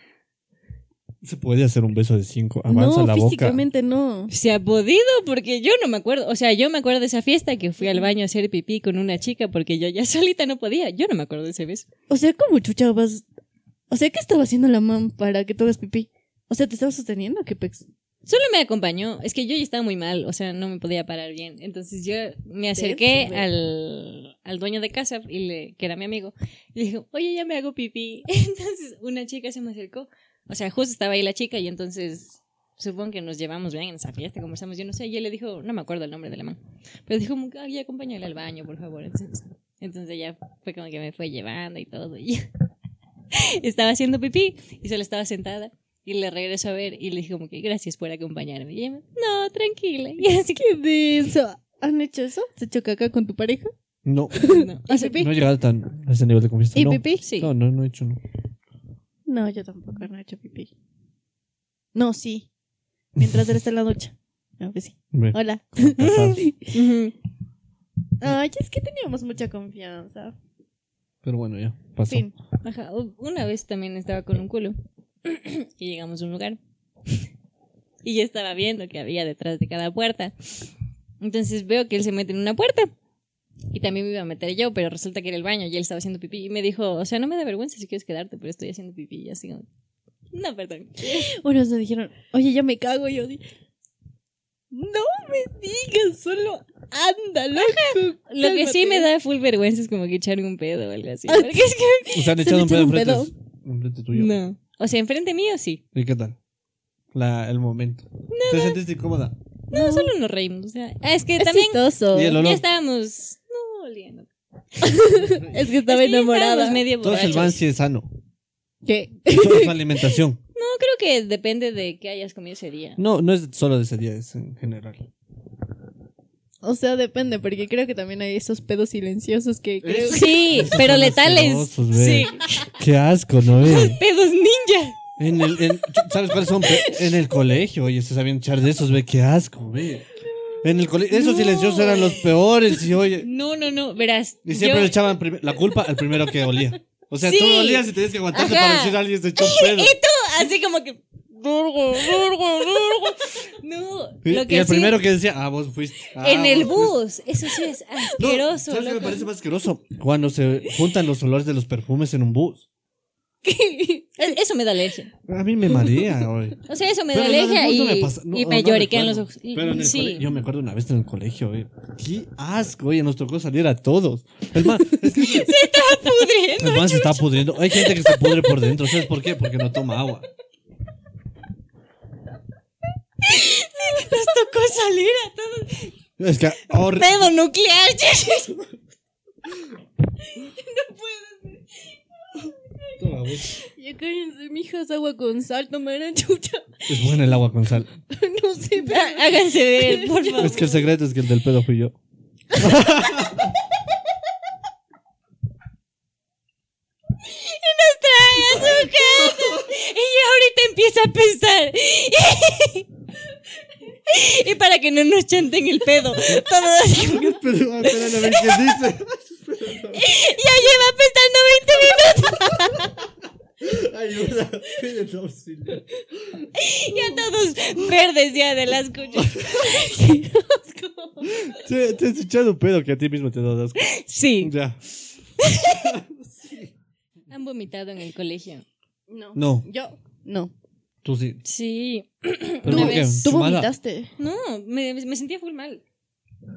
Speaker 1: Se puede hacer un beso de cinco, avanza
Speaker 3: no,
Speaker 1: la boca.
Speaker 3: físicamente no.
Speaker 2: se ha podido porque yo no me acuerdo. O sea, yo me acuerdo de esa fiesta que fui al baño a hacer pipí con una chica porque yo ya solita no podía. Yo no me acuerdo de ese beso.
Speaker 3: O sea, como chucha vas. O sea, ¿qué estaba haciendo la mam para que tú hagas pipí? O sea, ¿te estaba sosteniendo? ¿Qué pex?
Speaker 2: Solo me acompañó. Es que yo ya estaba muy mal, o sea, no me podía parar bien. Entonces yo me acerqué
Speaker 3: Denso, güey.
Speaker 2: al, al dueño de casa, y le, que era mi amigo, y le dije, oye, ya me hago pipí. Entonces una chica se me acercó. O sea, justo estaba ahí la chica y entonces supongo que nos llevamos bien en esa fiesta, conversamos, yo no sé. Y él le dijo, no me acuerdo el nombre de la mano, pero dijo, como que, ay, acompáñale al baño, por favor. Entonces, entonces ya fue como que me fue llevando y todo. Y yo estaba haciendo pipí y solo estaba sentada. Y le regreso a ver y le dije como que gracias por acompañarme. Y ella, me, no, tranquila. Y así que,
Speaker 3: ¿Qué de eso? ¿Han hecho eso? ¿Se hecho caca con tu pareja?
Speaker 1: No,
Speaker 2: no.
Speaker 3: ¿Y pipí?
Speaker 1: no he llegado tan, a ese nivel de confianza.
Speaker 3: ¿Y
Speaker 1: no.
Speaker 3: pipí?
Speaker 2: Sí.
Speaker 1: No, no, no he hecho, no.
Speaker 3: No, yo tampoco no he hecho pipí. No, sí. Mientras él está en la ducha. No, que sí.
Speaker 1: Me-
Speaker 3: Hola.
Speaker 1: Pasar.
Speaker 2: Ujú.
Speaker 3: Ay, es que teníamos mucha confianza.
Speaker 1: Pero bueno, ya, pasó.
Speaker 3: Fin.
Speaker 2: Ajá, u- una vez también estaba con un culo y llegamos a un lugar y yo estaba viendo que había detrás de cada puerta. Entonces veo que él se mete en una puerta y también me iba a meter yo, pero resulta que era el baño y él estaba haciendo pipí y me dijo, o sea, no me da vergüenza si quieres quedarte, pero estoy haciendo pipí y yo así como, no, perdón.
Speaker 3: Unos me dijeron, oye, ya me cago. Y yo di, no me digas, solo anda, loco.
Speaker 2: Lo que sí
Speaker 3: cálmate".
Speaker 2: me da full vergüenza es como que echar un pedo o algo
Speaker 3: Ah,
Speaker 2: así. Porque es que
Speaker 1: O sea, han
Speaker 3: ¿Se
Speaker 1: echado
Speaker 3: le
Speaker 1: un pedo
Speaker 3: echaron
Speaker 1: enfrente,
Speaker 3: pedo?
Speaker 1: enfrente tuyo.
Speaker 2: no. O sea, enfrente mío sí.
Speaker 1: ¿Y qué tal? La, el momento. ¿Te sentiste incómoda?
Speaker 2: No, solo nos reímos. O sea, ah, es que
Speaker 3: Es
Speaker 2: también
Speaker 3: chistoso.
Speaker 1: Y el olor.
Speaker 2: ya estábamos... No, oliendo.
Speaker 3: Es que estaba
Speaker 2: Es que ya
Speaker 3: enamorada.
Speaker 2: estábamos medio
Speaker 1: Entonces el man
Speaker 2: borrachos.
Speaker 1: sí es sano.
Speaker 3: ¿Qué?
Speaker 1: Solo su alimentación.
Speaker 2: No, creo que depende de qué hayas comido ese día.
Speaker 1: No, no es solo de ese día, es en general.
Speaker 3: O sea, depende, porque creo que también hay esos pedos silenciosos que creo
Speaker 2: Sí,
Speaker 1: Esos
Speaker 2: pero
Speaker 1: son
Speaker 2: letales.
Speaker 1: asquerosos,
Speaker 2: Sí,
Speaker 1: ve. Qué asco, ¿no? ve?
Speaker 2: pedos ninja.
Speaker 1: En el, en- ¿Sabes cuáles son? Pe- En el colegio, oye, se sabían echar de esos, ve, qué asco, ve. En el colegio, esos
Speaker 2: No,
Speaker 1: silenciosos eran los peores, y oye.
Speaker 2: No, no, no, verás.
Speaker 1: Y siempre
Speaker 2: yo-
Speaker 1: le echaban prim- la culpa al primero que olía. O sea, tú
Speaker 2: Sí.
Speaker 1: olías y tenías que aguantarte
Speaker 2: Ajá.
Speaker 1: para decir a alguien se echó un pedo.
Speaker 2: Así como que. "Durgo, durgo, durgo". No,
Speaker 1: Y-
Speaker 2: lo que
Speaker 1: y el
Speaker 2: sí,
Speaker 1: primero que decía, ah, vos fuiste. ah,
Speaker 2: En el
Speaker 1: vos fuiste".
Speaker 2: bus, eso sí es
Speaker 1: No,
Speaker 2: asqueroso.
Speaker 1: ¿Sabes qué me
Speaker 2: loco.
Speaker 1: parece más asqueroso? Cuando se juntan los olores de los perfumes en un bus.
Speaker 2: Eso me da alergia.
Speaker 1: A mí me marea, oye.
Speaker 2: O sea, eso me
Speaker 1: Pero
Speaker 2: da
Speaker 1: no, no,
Speaker 2: alergia
Speaker 1: no,
Speaker 2: y,
Speaker 1: no me pasa- no,
Speaker 2: y
Speaker 1: no,
Speaker 2: me
Speaker 1: no
Speaker 2: lloriquean los
Speaker 1: recuerdo.
Speaker 2: ojos. Y-
Speaker 1: Pero en el
Speaker 2: sí.
Speaker 1: colegio- yo me acuerdo una vez en el colegio, oye, qué asco, oye, nos tocó salir a todos. El man, es que el
Speaker 2: Pudriendo.
Speaker 1: man se está pudriendo. Hay gente que se pudre por dentro, ¿sabes por qué? Porque no toma agua.
Speaker 2: Nos tocó salir a todos.
Speaker 1: Es que ahor-
Speaker 2: Pedo nuclear. no puedo.
Speaker 3: Ya cállense, mijas, agua con sal, tomarán chucha.
Speaker 1: es buena el agua con sal.
Speaker 3: No sé, pero...
Speaker 2: Há- Háganse ver, por favor.
Speaker 1: Es que el secreto es que el del pedo fui yo.
Speaker 2: Trae a su casa. Y ahorita empieza a pensar. Y para que no nos chanten el pedo. Todo así.
Speaker 1: Pero, espérale a ver qué dice.
Speaker 2: Ya lleva pensando 20 minutos.
Speaker 1: Ayuda, pide auxilio.
Speaker 2: Ya todos verdes ya de las cuchillas.
Speaker 1: Te, te has echado un pedo que a ti mismo te das asco.
Speaker 2: Sí.
Speaker 1: Ya.
Speaker 2: Han vomitado en el colegio.
Speaker 3: No.
Speaker 1: No,
Speaker 3: Yo, no.
Speaker 1: tú sí.
Speaker 2: Sí.
Speaker 1: ¿Pero
Speaker 2: Una
Speaker 1: por qué?
Speaker 2: vez.
Speaker 3: Tú
Speaker 1: Chumada.
Speaker 3: vomitaste
Speaker 2: No, me, me sentía full mal.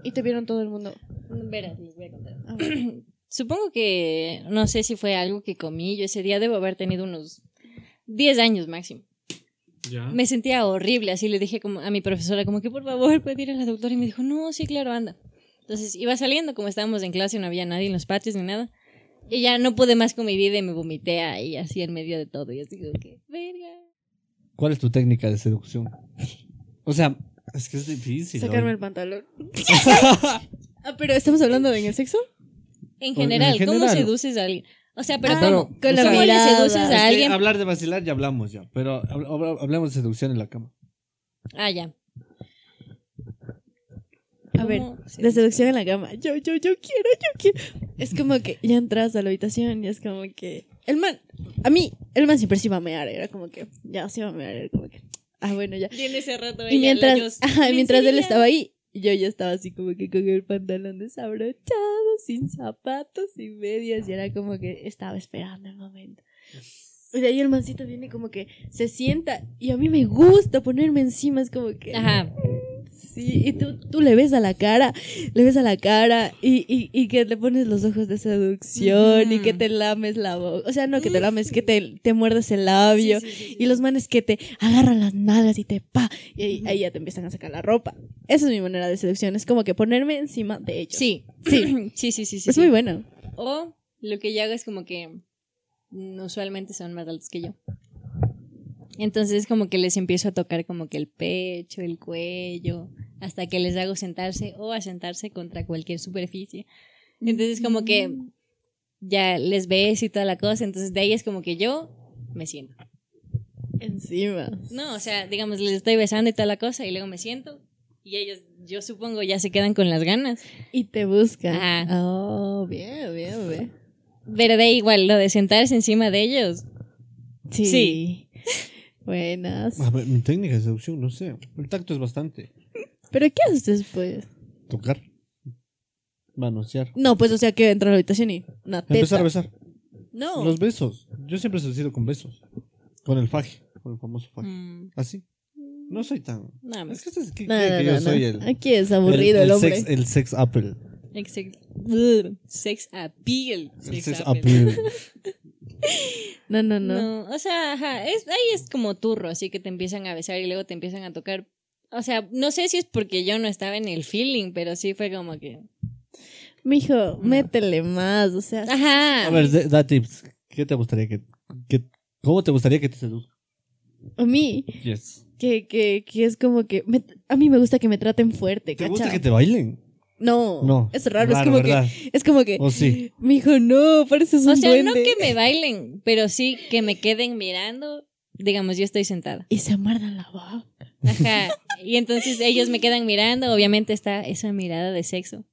Speaker 3: y te vieron todo el mundo.
Speaker 2: Verás, les voy a contar.
Speaker 3: A ver.
Speaker 2: Supongo que no sé si fue algo que comí. Yo ese día debo haber tenido unos 10 años máximo.
Speaker 1: Ya.
Speaker 2: Me sentía horrible, así le dije como a mi profesora, como que por favor puede ir a la doctora y me dijo, no, sí, claro, anda. Entonces iba saliendo, como estábamos en clase, no había nadie en los patios ni nada. Y ya no pude más con mi vida y me vomité ahí, así en medio de todo. Y así como que, verga.
Speaker 1: ¿Cuál es tu técnica de seducción? O sea, es que es difícil.
Speaker 3: Sacarme
Speaker 1: oye.
Speaker 3: el pantalón. ah, pero estamos hablando de en el sexo.
Speaker 2: En
Speaker 1: en
Speaker 2: general, ¿cómo
Speaker 1: general.
Speaker 2: seduces a alguien? O sea, pero
Speaker 3: Ah,
Speaker 2: ¿cómo,
Speaker 1: pero,
Speaker 3: con
Speaker 1: o
Speaker 3: la
Speaker 1: sea,
Speaker 2: ¿Cómo le
Speaker 3: mirada.
Speaker 2: seduces
Speaker 3: Es
Speaker 1: Es
Speaker 2: a
Speaker 1: que
Speaker 2: alguien?
Speaker 1: hablar de vacilar ya hablamos ya, pero habl- habl- hablemos de seducción en la cama.
Speaker 2: Ah, ya.
Speaker 3: A ver,
Speaker 2: ¿Cómo se-
Speaker 3: la seducción en la cama. Yo, yo, yo quiero, yo quiero. Es como que ya entras a la habitación y es como que. El man, a mí, el man siempre se iba a mear. Era como que, ya se iba a mear. Era como que, ah, bueno, ya.
Speaker 2: Viene ese rato ella,
Speaker 3: Y
Speaker 2: la
Speaker 3: mientras,
Speaker 2: Yos-
Speaker 3: ajá, y
Speaker 2: ¿En
Speaker 3: mientras él
Speaker 2: serio?
Speaker 3: estaba ahí, yo ya estaba así como que con el pantalón desabrochado, sin zapatos, sin medias, y era como que estaba esperando el momento. Y de ahí el mancito viene como que se sienta, y a mí me gusta ponerme encima, es como que...
Speaker 2: Ajá.
Speaker 3: Sí, y tú, tú le ves a la cara, le ves a la cara, y, y, y que le pones los ojos de seducción, y que
Speaker 2: Ujú.
Speaker 3: te lames la boca, o sea, no que te lames, que te, te muerdes el labio,
Speaker 2: Sí, sí, sí, sí.
Speaker 3: y los manes que te agarran las nalgas y te pa. Y ahí, ahí ya te empiezan a sacar la ropa. Esa es mi manera de seducción. Es como que ponerme encima de ellos.
Speaker 2: Sí, sí, sí, sí, sí.
Speaker 3: es
Speaker 2: sí.
Speaker 3: muy bueno.
Speaker 2: O lo que yo hago es como que mm, usualmente son más altos que yo. Entonces como que les empiezo a tocar como que el pecho, el cuello, hasta que les hago sentarse o asentarse contra cualquier superficie. Entonces como que ya les ves y toda la cosa, entonces de ahí es como que yo me siento.
Speaker 3: Encima.
Speaker 2: No, o sea, digamos, les estoy besando y toda la cosa y luego me siento y ellos, yo supongo, ya se quedan con las ganas.
Speaker 3: Y te buscan.
Speaker 2: Ajá.
Speaker 3: Oh, bien, bien, bien.
Speaker 2: Pero de ahí igual, lo de sentarse encima de ellos.
Speaker 3: Sí.
Speaker 2: Sí.
Speaker 3: Buenas.
Speaker 1: A ver, mi técnica de seducción, no sé. El tacto es bastante.
Speaker 3: ¿Pero qué haces después?
Speaker 1: Tocar. Manosear.
Speaker 3: No, pues o sea que entro a la habitación y una teta.
Speaker 1: Empezar a besar.
Speaker 3: No.
Speaker 1: Los besos. Yo siempre he seducido con besos. Con el faje. Con el famoso faje.
Speaker 2: Mm,
Speaker 1: Así. No soy tan.
Speaker 2: nada más.
Speaker 1: Es que, este es que
Speaker 3: No,
Speaker 1: cree
Speaker 3: no,
Speaker 1: que
Speaker 3: no,
Speaker 1: yo
Speaker 3: no.
Speaker 1: soy el.
Speaker 3: Aquí es aburrido el, hombre.
Speaker 1: Sex, el sex apple.
Speaker 2: Sex, bleh, sex appeal.
Speaker 1: El
Speaker 2: Sex
Speaker 1: sex
Speaker 2: appeal.
Speaker 1: appeal.
Speaker 3: No, no, no,
Speaker 2: No, o sea, ajá, es, ahí es como turro, así que te empiezan a besar y luego te empiezan a tocar. O sea, no sé si es porque yo no estaba en el feeling, pero sí fue como que...
Speaker 3: Mijo, métele más. O sea,
Speaker 2: Ajá.
Speaker 1: A ver, de- da tips. ¿Qué te gustaría que, que- ¿Cómo te gustaría que te seduzca?
Speaker 3: a mí,
Speaker 1: Yes.
Speaker 3: que, que, que es como que. me- a mí me gusta que me traten fuerte,
Speaker 1: ¿Te
Speaker 3: ¿cachai?
Speaker 1: gusta que te bailen?
Speaker 3: No,
Speaker 1: No.
Speaker 3: Es raro, es como
Speaker 1: ¿verdad?
Speaker 3: que. Es como que.
Speaker 1: O sí.
Speaker 3: Mijo, no, pareces un
Speaker 2: O sea, no
Speaker 3: duende.
Speaker 2: que me bailen, pero sí que me queden mirando digamos, yo estoy sentada.
Speaker 3: Y se muerde la vaca.
Speaker 2: Ajá. Y entonces ellos me quedan mirando, obviamente está esa mirada de sexo.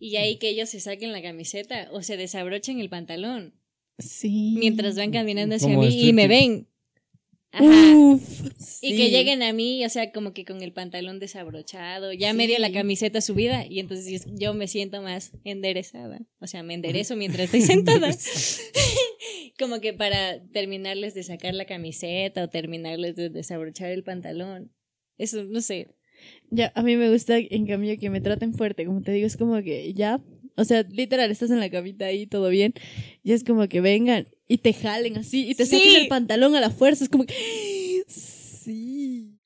Speaker 2: Y ahí que ellos se saquen la camiseta o se desabrochen el pantalón
Speaker 3: Sí.
Speaker 2: mientras van caminando hacia
Speaker 1: Mm, Como
Speaker 2: mí y me
Speaker 1: striptease.
Speaker 2: ven. Uh, Ajá.
Speaker 3: Uf,
Speaker 2: Y que lleguen a mí, o sea, como que con el pantalón desabrochado, ya medio la camiseta subida, y entonces yo me siento más enderezada. O sea, me enderezo mientras estoy sentada. como que para terminarles de sacar la camiseta o terminarles de desabrochar el pantalón. Eso, no sé.
Speaker 3: Ya, a mí me gusta, en cambio, que me traten fuerte. Como te digo, es como que ya. O sea, literal, estás en la camita ahí, todo bien. Y es como que vengan y te jalen así y te
Speaker 2: Sí.
Speaker 3: saquen el pantalón a la fuerza. Es como que. Sí.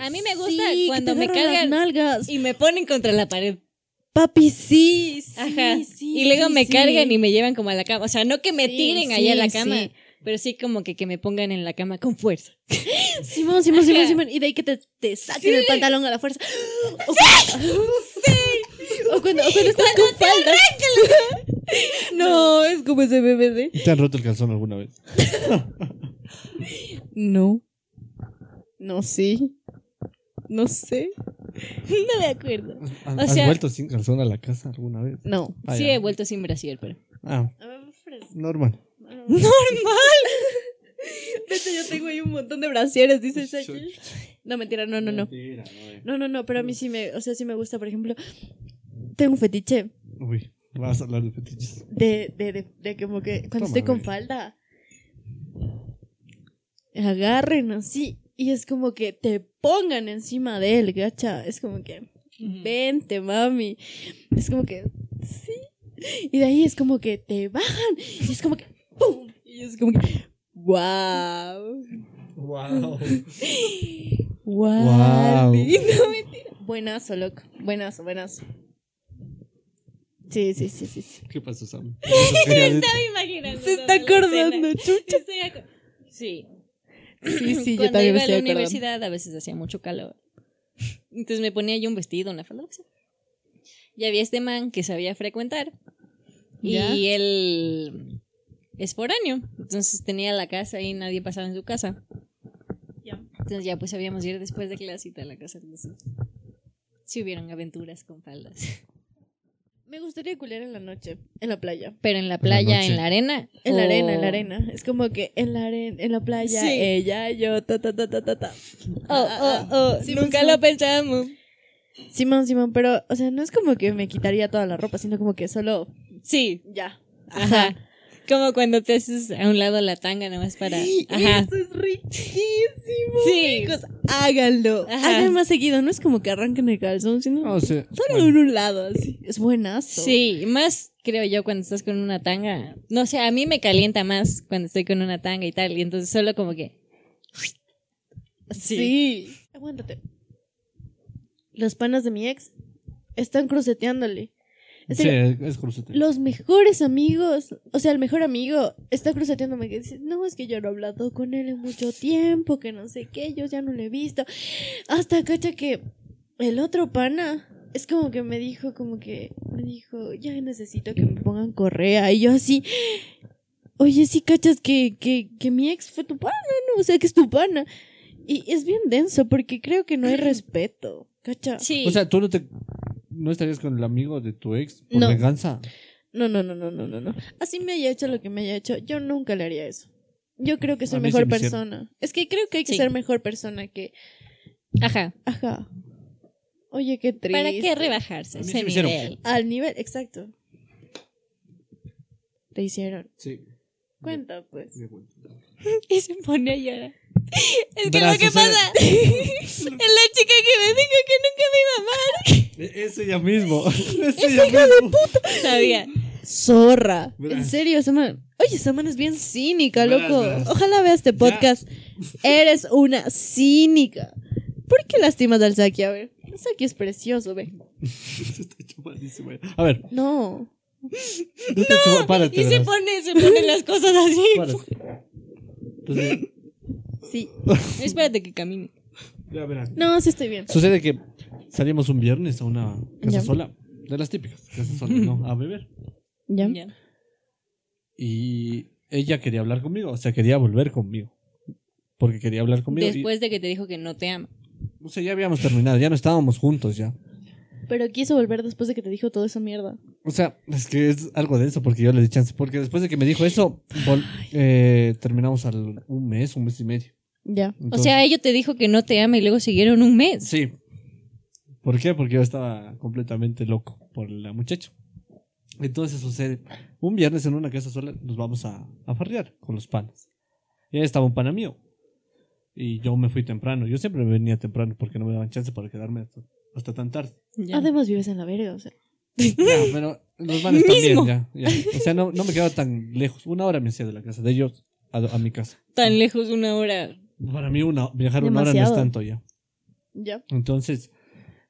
Speaker 2: A mí me gusta
Speaker 3: Sí, que
Speaker 2: cuando
Speaker 3: te
Speaker 2: me
Speaker 3: agarran
Speaker 2: cargan
Speaker 3: Las nalgas.
Speaker 2: y me ponen contra la pared.
Speaker 3: Papi, sí. sí,
Speaker 2: Ajá.
Speaker 3: sí,
Speaker 2: y luego
Speaker 3: sí,
Speaker 2: me
Speaker 3: sí.
Speaker 2: cargan y me llevan como a la cama. O sea, no que me
Speaker 3: Sí,
Speaker 2: tiren
Speaker 3: sí,
Speaker 2: allá a la cama,
Speaker 3: sí.
Speaker 2: pero sí como que, que me pongan en la cama con fuerza.
Speaker 3: Simón, Simón, Simón,
Speaker 2: Ajá.
Speaker 3: Simón. Y de ahí que te, te saquen el pantalón a la fuerza. O, o cuando, o cuando estás con falda. No, es como ese bebé de.
Speaker 1: ¿Y te han roto el calzón alguna vez?
Speaker 3: No. No, sí. No sé. No me acuerdo.
Speaker 1: ¿Has,
Speaker 2: O sea-
Speaker 1: has vuelto sin calzón a la casa alguna vez?
Speaker 3: No.
Speaker 1: Ah,
Speaker 2: sí,
Speaker 1: ya.
Speaker 2: he vuelto sin brasier, pero.
Speaker 1: Ah, normal.
Speaker 3: Normal. De hecho, yo tengo ahí un montón de brasieres, dice Shakir. No, mentira, no, no, no.
Speaker 1: Mentira, no, eh.
Speaker 3: No, no, no, pero a mí sí me, o sea, sí me gusta, por ejemplo, tengo un fetiche
Speaker 1: Uy, vas a hablar de fetiches.
Speaker 3: de, de, de, de como que cuando
Speaker 1: Toma,
Speaker 3: estoy con
Speaker 1: güey.
Speaker 3: falda, agarren así y es como que te pongan encima de él, gacha. Es como que, vente, mami. Es como que, sí. Y de ahí es como que te bajan y es como que, ¡pum! Y es como que, wow.
Speaker 1: Wow.
Speaker 3: Wow.
Speaker 1: Guau.
Speaker 3: No, mentira. Buenazo, loco. Buenazo, buenazo. Sí, sí, sí, sí. sí.
Speaker 1: ¿Qué pasó, Sam?
Speaker 2: Estaba imaginando.
Speaker 3: Se está
Speaker 2: toda la escena.
Speaker 3: acordando, chucha.
Speaker 2: Estoy aco- Sí.
Speaker 3: Sí, sí, yo
Speaker 2: Cuando
Speaker 3: también me
Speaker 2: iba a
Speaker 3: estoy
Speaker 2: la
Speaker 3: acordando.
Speaker 2: universidad a veces hacía mucho calor. Entonces me ponía yo un vestido, una falda. lo que sea. Y había este man que sabía frecuentar. Y
Speaker 3: Ya.
Speaker 2: él es foráneo. Entonces tenía la casa y nadie pasaba en su casa.
Speaker 3: Ya.
Speaker 2: Entonces ya pues sabíamos ir después de clasita a la casa. Entonces, sí hubieron aventuras con faldas.
Speaker 3: Me gustaría culiar en la noche, en la playa.
Speaker 2: Pero en la playa, en
Speaker 1: noche.
Speaker 2: la arena. Oh.
Speaker 3: En la
Speaker 2: o-
Speaker 3: arena, en la arena. Es como que en la arena, en la playa,
Speaker 2: Sí.
Speaker 3: ella, yo, ta, ta, ta, ta, ta, ta.
Speaker 2: Oh,
Speaker 3: Ah,
Speaker 2: oh, oh,
Speaker 3: Sí,
Speaker 2: nunca
Speaker 3: sí.
Speaker 2: lo pensamos.
Speaker 3: Simón, Simón, pero, o sea, no es como que me quitaría toda la ropa, sino como que solo,
Speaker 2: Sí,
Speaker 3: ya.
Speaker 2: ajá. Como cuando te haces a un lado la tanga nomás para... Ajá.
Speaker 3: Eso es riquísimo.
Speaker 2: Sí.
Speaker 3: Chicos, háganlo.
Speaker 2: Ajá.
Speaker 3: Hagan más seguido. No es como que arranquen el calzón, sino
Speaker 1: No sé.
Speaker 3: solo en un lado, así. Es buenazo.
Speaker 2: Sí, más creo yo cuando estás con una tanga. No sé, a mí me calienta más cuando estoy con una tanga y tal. Y entonces solo como que...
Speaker 3: Sí. Aguántate. Los panas de mi ex están cruceteándole. En
Speaker 1: Sí,
Speaker 3: serio,
Speaker 1: es, es crucete.
Speaker 3: Los mejores amigos, o sea, el mejor amigo está cruceteándome que dice, no, es que yo no he hablado con él en mucho tiempo, que no sé qué, yo ya no lo he visto. Hasta cacha que el otro pana es como que me dijo, como que me dijo, ya necesito que me pongan correa. Y yo así, oye, sí cachas que, que, que mi ex fue tu pana, ¿no? O sea, que es tu pana. Y es bien denso porque creo que no hay respeto, cacha.
Speaker 2: Sí.
Speaker 1: O sea, tú no te. ¿No estarías con el amigo de tu ex por
Speaker 3: No.
Speaker 1: venganza?
Speaker 3: No, no, no, no, no, no, no. Así me haya hecho lo que me haya hecho, yo nunca le haría eso. Yo creo que soy
Speaker 1: A mí sí
Speaker 3: mejor
Speaker 1: me hicieron.
Speaker 3: persona. Es que creo que hay que
Speaker 2: Sí.
Speaker 3: ser mejor persona que.
Speaker 2: ajá.
Speaker 3: Ajá. Oye, qué triste.
Speaker 2: ¿Para qué rebajarse?
Speaker 1: A mí
Speaker 2: Ese
Speaker 1: sí me hicieron.
Speaker 2: nivel.
Speaker 3: Al nivel, exacto. Te hicieron.
Speaker 1: Sí.
Speaker 3: Cuenta, pues.
Speaker 2: Y se pone a llorar. Es que
Speaker 1: Verás,
Speaker 2: lo que
Speaker 1: o sea-
Speaker 2: pasa es la chica que me dijo que nunca me iba a amar.
Speaker 1: Es ella E-, mismo. Es ella mismo.
Speaker 2: Sabía.
Speaker 3: Zorra. En
Speaker 1: Verás.
Speaker 3: serio, Saman. Oye, Saman es bien cínica,
Speaker 1: Verás,
Speaker 3: loco.
Speaker 1: verás.
Speaker 3: Ojalá veas este podcast. Eres una cínica. ¿Por qué lastimas al Saki? A ver. El Saki es precioso, ve.
Speaker 1: Está chupadísima. A ver,
Speaker 3: No.
Speaker 1: no te chupa- Párate.
Speaker 2: Y se
Speaker 1: verás.
Speaker 2: pone, se pone las cosas así.
Speaker 1: Párate. Entonces,
Speaker 3: Sí.
Speaker 2: Espérate que camine.
Speaker 1: ya verás.
Speaker 3: No, sí estoy bien.
Speaker 1: Sucede que salimos un viernes a una casa
Speaker 3: Ya.
Speaker 1: sola. De las típicas. Casa sola, ¿no? A beber.
Speaker 3: ¿Ya?
Speaker 2: Ya.
Speaker 1: Y ella quería hablar conmigo. O sea, quería volver conmigo. porque quería hablar conmigo. y-
Speaker 2: Después de que te dijo que no te ama.
Speaker 1: o sea, ya habíamos terminado, ya no estábamos juntos ya.
Speaker 3: Pero quiso volver después de que te dijo toda esa mierda.
Speaker 1: O sea, es que es algo de eso, porque yo le di chance. Porque después de que me dijo eso, vol- eh, terminamos al un mes, un mes y medio.
Speaker 3: Ya.
Speaker 2: o
Speaker 1: Entonces-
Speaker 2: sea, ella te dijo que no te ama y luego siguieron un mes.
Speaker 1: Sí. ¿Por qué? Porque yo estaba completamente loco por la muchacha. Entonces sucede, un viernes en una casa sola nos vamos a, a farrear con los panas. Y ahí estaba un pana mío. Y yo me fui temprano. Yo siempre me venía temprano porque no me daban chance para quedarme hasta, hasta tan tarde.
Speaker 2: Ya.
Speaker 3: Además vives en la verga, o sea.
Speaker 1: Ya, pero los manes también,
Speaker 2: Mismo.
Speaker 1: ya, ya. O sea, no, no me quedaba tan lejos. Una hora me hacía de la casa, de ellos a, a mi casa.
Speaker 2: Tan lejos una hora.
Speaker 1: Para mí una, viajar una hora no
Speaker 3: Demasiado.
Speaker 1: es tanto ya.
Speaker 3: Ya.
Speaker 1: Entonces,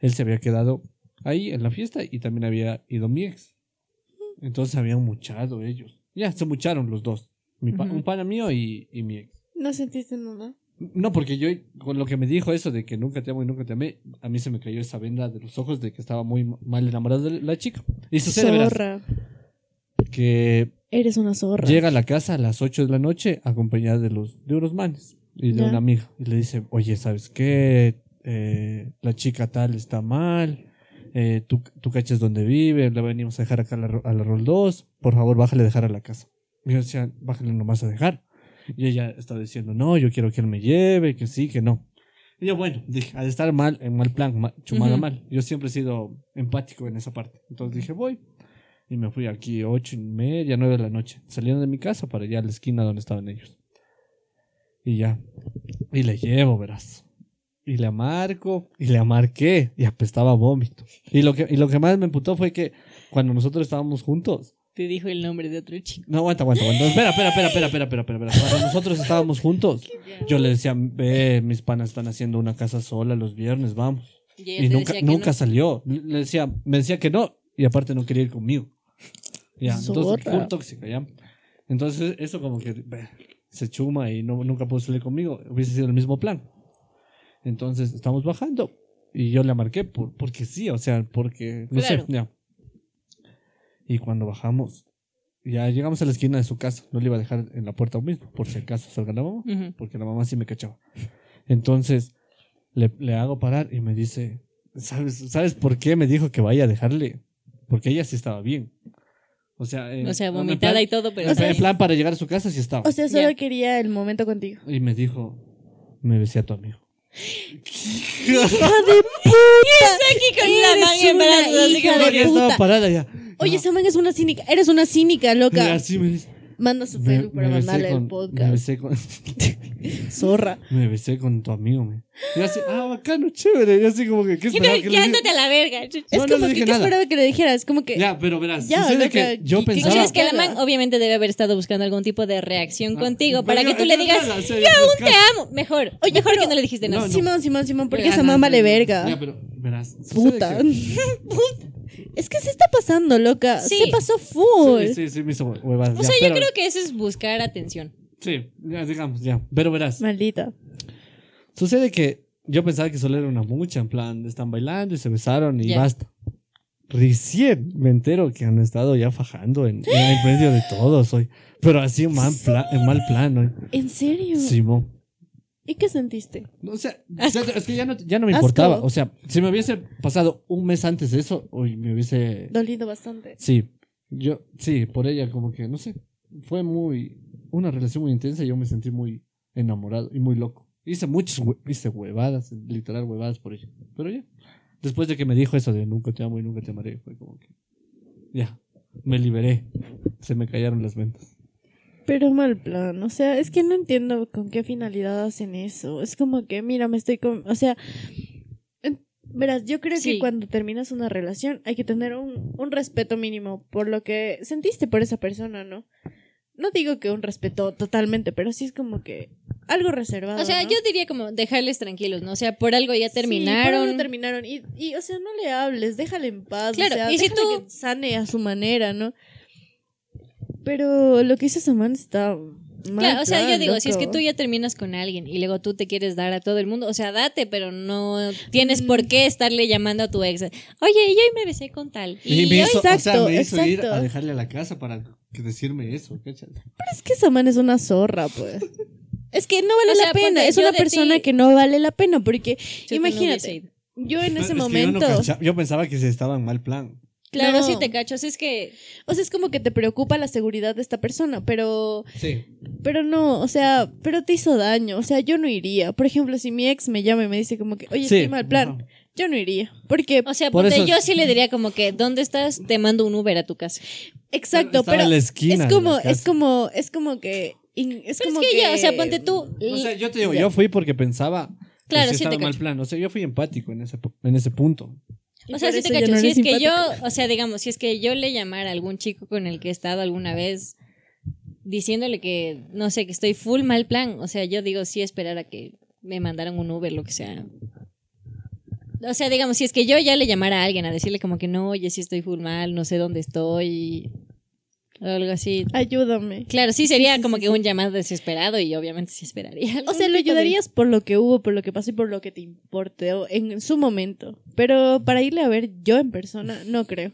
Speaker 1: él se había quedado ahí en la fiesta y también había ido mi ex. Entonces habían muchado ellos. Ya, se mucharon los dos. Mi pa-
Speaker 2: Ujú.
Speaker 1: Un pana mío y, y mi ex.
Speaker 3: No sentiste nada.
Speaker 1: No, porque yo, con lo que me dijo eso de que nunca te amo y nunca te amé, a mí se me cayó esa venda de los ojos de que estaba muy mal enamorado de la chica. Y sucede, verás,
Speaker 3: Zorra.
Speaker 1: que
Speaker 3: Eres una zorra.
Speaker 1: Llega a la casa a las 8 de la noche acompañada de los de unos manes y de
Speaker 3: Ya.
Speaker 1: una amiga. Y le dice, oye, ¿sabes qué? Eh, la chica tal está mal. Eh, tú, tú cachas dónde vive. La venimos a dejar acá a la, ro- a la Roll 2. Por favor, bájale a dejar a la casa. Y yo decía, bájale nomás a dejar. Y ella estaba diciendo, no, yo quiero que él me lleve, que sí, que no. Y yo, bueno, dije, al estar mal, en mal plan, ma- chumada
Speaker 2: Ujú.
Speaker 1: mal. Yo siempre he sido empático en esa parte. Entonces dije, voy. Y me fui aquí ocho y media, nueve de la noche. Saliendo de mi casa para allá a la esquina donde estaban ellos. Y ya. Y le llevo, verás. Y le marco, y le marqué, y apestaba a vómito. Y lo que, y lo que más me emputó fue que cuando nosotros estábamos juntos.
Speaker 2: Te dijo el nombre de otro chico.
Speaker 1: No, aguanta, aguanta, aguanta. Espera, espera, espera, espera, espera, espera, espera. Cuando nosotros estábamos juntos, yo le decía, ve, mis panas están haciendo una casa sola los viernes, vamos.
Speaker 2: Y, ella
Speaker 1: Y
Speaker 2: te
Speaker 1: nunca,
Speaker 2: decía que
Speaker 1: nunca
Speaker 2: no.
Speaker 1: salió. Le le decía, me decía que no, y aparte no quería ir conmigo. Ya, entonces,
Speaker 3: Zorra.
Speaker 1: full tóxica, ya. Entonces, eso como que beh, se chuma y no, nunca pudo salir conmigo. Hubiese sido el mismo plan. Entonces, estamos bajando. Y yo la marqué por, porque sí, o sea, porque. No
Speaker 2: Claro.
Speaker 1: sé, ya. Y cuando bajamos, ya llegamos a la esquina de su casa. No le iba a dejar en la puerta aún mismo, por si acaso salga la mamá
Speaker 2: Ujú.
Speaker 1: porque la mamá sí me cachaba. Entonces le, le hago parar y me dice, ¿sabes, ¿sabes por qué me dijo que vaya a dejarle? Porque ella sí estaba bien. O sea, eh,
Speaker 2: O sea,
Speaker 1: en
Speaker 2: vomitada
Speaker 1: plan-
Speaker 2: y todo, pero...
Speaker 1: en plan- en plan para llegar a su casa sí estaba.
Speaker 3: O sea, solo
Speaker 2: Ya.
Speaker 3: quería el momento contigo.
Speaker 1: y me dijo, me besé a tu amigo.
Speaker 2: aquí con la
Speaker 3: Eres
Speaker 2: manga en
Speaker 3: una
Speaker 2: brazos, así
Speaker 3: hija
Speaker 2: como
Speaker 3: de
Speaker 2: que-
Speaker 1: Ella estaba
Speaker 3: puta.
Speaker 1: parada ya.
Speaker 3: Oye,
Speaker 1: Ah,
Speaker 3: esa man es una cínica. Eres una cínica,
Speaker 1: y
Speaker 3: loca.
Speaker 1: así me dice.
Speaker 3: Manda su
Speaker 1: me-
Speaker 3: Facebook para
Speaker 1: me besé
Speaker 3: mandarle el
Speaker 1: con- Me
Speaker 3: podcast.
Speaker 1: besé con,
Speaker 3: Zorra.
Speaker 1: me besé con tu amigo, me. Y así, ah, bacano, chévere. Y así como que, ¿qué esperaba que le diga?
Speaker 2: Ya ándate a la verga. chucha.
Speaker 3: Es
Speaker 1: No, no
Speaker 3: como
Speaker 1: le
Speaker 3: que
Speaker 1: dije
Speaker 3: ¿qué
Speaker 1: nada.
Speaker 3: esperaba que le dijera. Es como que.
Speaker 1: Ya, pero verás,
Speaker 3: Ya,
Speaker 1: sucede
Speaker 3: loca,
Speaker 1: que yo
Speaker 3: ¿qué- qué-
Speaker 2: O
Speaker 1: pensaba...
Speaker 2: sea, es que la
Speaker 3: Claro.
Speaker 2: man obviamente debe haber estado buscando algún tipo de
Speaker 1: Ah,
Speaker 2: reacción contigo para
Speaker 1: Pero
Speaker 2: que
Speaker 1: pues
Speaker 2: tú
Speaker 1: yo-
Speaker 2: le
Speaker 1: yo
Speaker 2: digas,
Speaker 1: nada, o sea,
Speaker 2: yo aún
Speaker 1: buscar-
Speaker 2: te amo. Mejor, oye, mejor que no le dijiste nada.
Speaker 1: No, no.
Speaker 3: Simón, Simón, Simón, porque
Speaker 1: Ya,
Speaker 3: esa
Speaker 1: no,
Speaker 3: mamá le
Speaker 1: no, no.
Speaker 3: verga.
Speaker 1: Ya, pero verás. sucede
Speaker 3: Puta.
Speaker 1: que-
Speaker 3: es que se está pasando, loca.
Speaker 2: Sí.
Speaker 3: Se pasó full.
Speaker 1: Sí, sí, sí, me hizo huevadas.
Speaker 2: eh. O sea, yo creo que eso es buscar atención.
Speaker 1: Sí, ya, digamos, ya. Pero verás.
Speaker 3: Maldita.
Speaker 1: Sucede que yo pensaba que solo era una mucha, en plan, están bailando y se besaron y
Speaker 2: Ya.
Speaker 1: basta. Recién me entero que han estado ya fajando en, en medio de todos hoy. Pero así en mal, pla- en mal plan hoy.
Speaker 3: ¿En serio?
Speaker 1: Simón.
Speaker 3: ¿Y qué sentiste?
Speaker 1: O sea, o sea, es que ya no, ya no me
Speaker 3: Asco.
Speaker 1: importaba. O sea, si me hubiese pasado un mes antes de eso, hoy me hubiese
Speaker 3: Dolido bastante.
Speaker 1: Sí, yo, sí, por ella como que, no sé, fue muy, una relación muy intensa y yo me sentí muy enamorado y muy loco. Hice muchas, hue- hice huevadas, literal huevadas por ella. Pero ya, después de que me dijo eso de nunca te amo y nunca te amaré, fue como que, ya, me liberé, se me callaron las ventas.
Speaker 3: Pero mal plan. O sea, es que no entiendo con qué finalidad hacen eso. Es como que, mira, me estoy. con- O sea. en- Verás, yo creo
Speaker 2: Sí.
Speaker 3: que cuando terminas una relación hay que tener un, un respeto mínimo por lo que sentiste por esa persona, ¿no? No digo que un respeto totalmente, pero sí es como que algo reservado.
Speaker 2: O sea,
Speaker 3: ¿no?
Speaker 2: yo diría como dejarles tranquilos, ¿no? O sea, por algo ya
Speaker 3: Sí, por algo
Speaker 2: terminaron.
Speaker 3: terminaron. Y, y, o sea, no le hables, déjale en paz.
Speaker 2: Claro,
Speaker 3: o sea,
Speaker 2: y si
Speaker 3: déjale
Speaker 2: tú-
Speaker 3: que sane a su manera, ¿no? Pero lo que hizo esa man está. mal
Speaker 2: Claro, o sea, yo
Speaker 3: plan,
Speaker 2: digo, si es que
Speaker 3: loco.
Speaker 2: tú ya terminas con alguien y luego tú te quieres dar a todo el mundo, o sea, date, pero no
Speaker 3: Mm.
Speaker 2: tienes por qué estarle llamando a tu ex. Oye, yo hoy me besé con tal. Y, hoy-
Speaker 3: exacto, exacto.
Speaker 1: dejarle a la casa para que decirme eso, ¿cachas?
Speaker 3: Es que esa man es una zorra, pues. Es que no vale
Speaker 2: O sea,
Speaker 3: la pena.
Speaker 2: ponte,
Speaker 3: Es
Speaker 2: yo
Speaker 3: una
Speaker 2: de
Speaker 3: persona
Speaker 2: ti-
Speaker 3: que no vale la pena porque
Speaker 2: Chuta, no hubiese
Speaker 3: imagínate,
Speaker 2: ido.
Speaker 3: yo en
Speaker 1: Es
Speaker 3: ese
Speaker 1: que yo no
Speaker 3: momento,
Speaker 1: cacha- yo pensaba que se estaba en mal plan.
Speaker 2: Claro,
Speaker 3: No.
Speaker 2: sí te cacho. Así es que
Speaker 3: o sea, es como que te preocupa la seguridad de esta persona, pero
Speaker 1: Sí.
Speaker 3: pero no, o sea, pero te hizo daño, o sea, yo no iría. Por ejemplo, si mi ex me llama y me dice como que, "Oye, estoy mal plan."
Speaker 1: ajá.
Speaker 3: Yo no iría, porque
Speaker 2: O sea,
Speaker 1: Por
Speaker 2: ponte,
Speaker 1: eso-
Speaker 2: yo sí le diría como que, ¿dónde estás? Te mando un Uber a tu casa.
Speaker 3: exacto,
Speaker 1: Estaba
Speaker 3: pero
Speaker 1: en la esquina.
Speaker 3: es
Speaker 1: de la
Speaker 3: como
Speaker 1: casa.
Speaker 3: es como es como que in- es
Speaker 2: Pero
Speaker 3: como
Speaker 2: es que, ya, o sea, ponte tú.
Speaker 1: O sea, yo te digo, yo fui porque pensaba
Speaker 2: Claro,
Speaker 1: que sí
Speaker 2: sí te
Speaker 1: estaba en mal
Speaker 2: cacho.
Speaker 1: plan. O sea, yo fui empático en ese, pu- en ese punto.
Speaker 3: y
Speaker 2: o sea,
Speaker 3: por
Speaker 2: sí te
Speaker 3: eso ya
Speaker 2: cacho.
Speaker 3: no
Speaker 2: si
Speaker 3: eres
Speaker 2: es que yo,
Speaker 3: simpática.
Speaker 2: o sea, digamos, si es que yo le llamara a algún chico con el que he estado alguna vez diciéndole que, no sé, que estoy full mal plan, o sea, yo digo sí esperar a que me mandaran un Uber, lo que sea. O sea, digamos, si es que yo ya le llamara a alguien a decirle como que no, oye, sí estoy full mal, no sé dónde estoy, o algo así.
Speaker 3: ayúdame.
Speaker 2: Claro, sí sería como que un llamado desesperado y obviamente sí esperaría.
Speaker 3: O sea, lo ayudarías por lo que hubo, por lo que pasó y por lo que te importó en su momento. Pero para irle a ver yo en persona, no creo.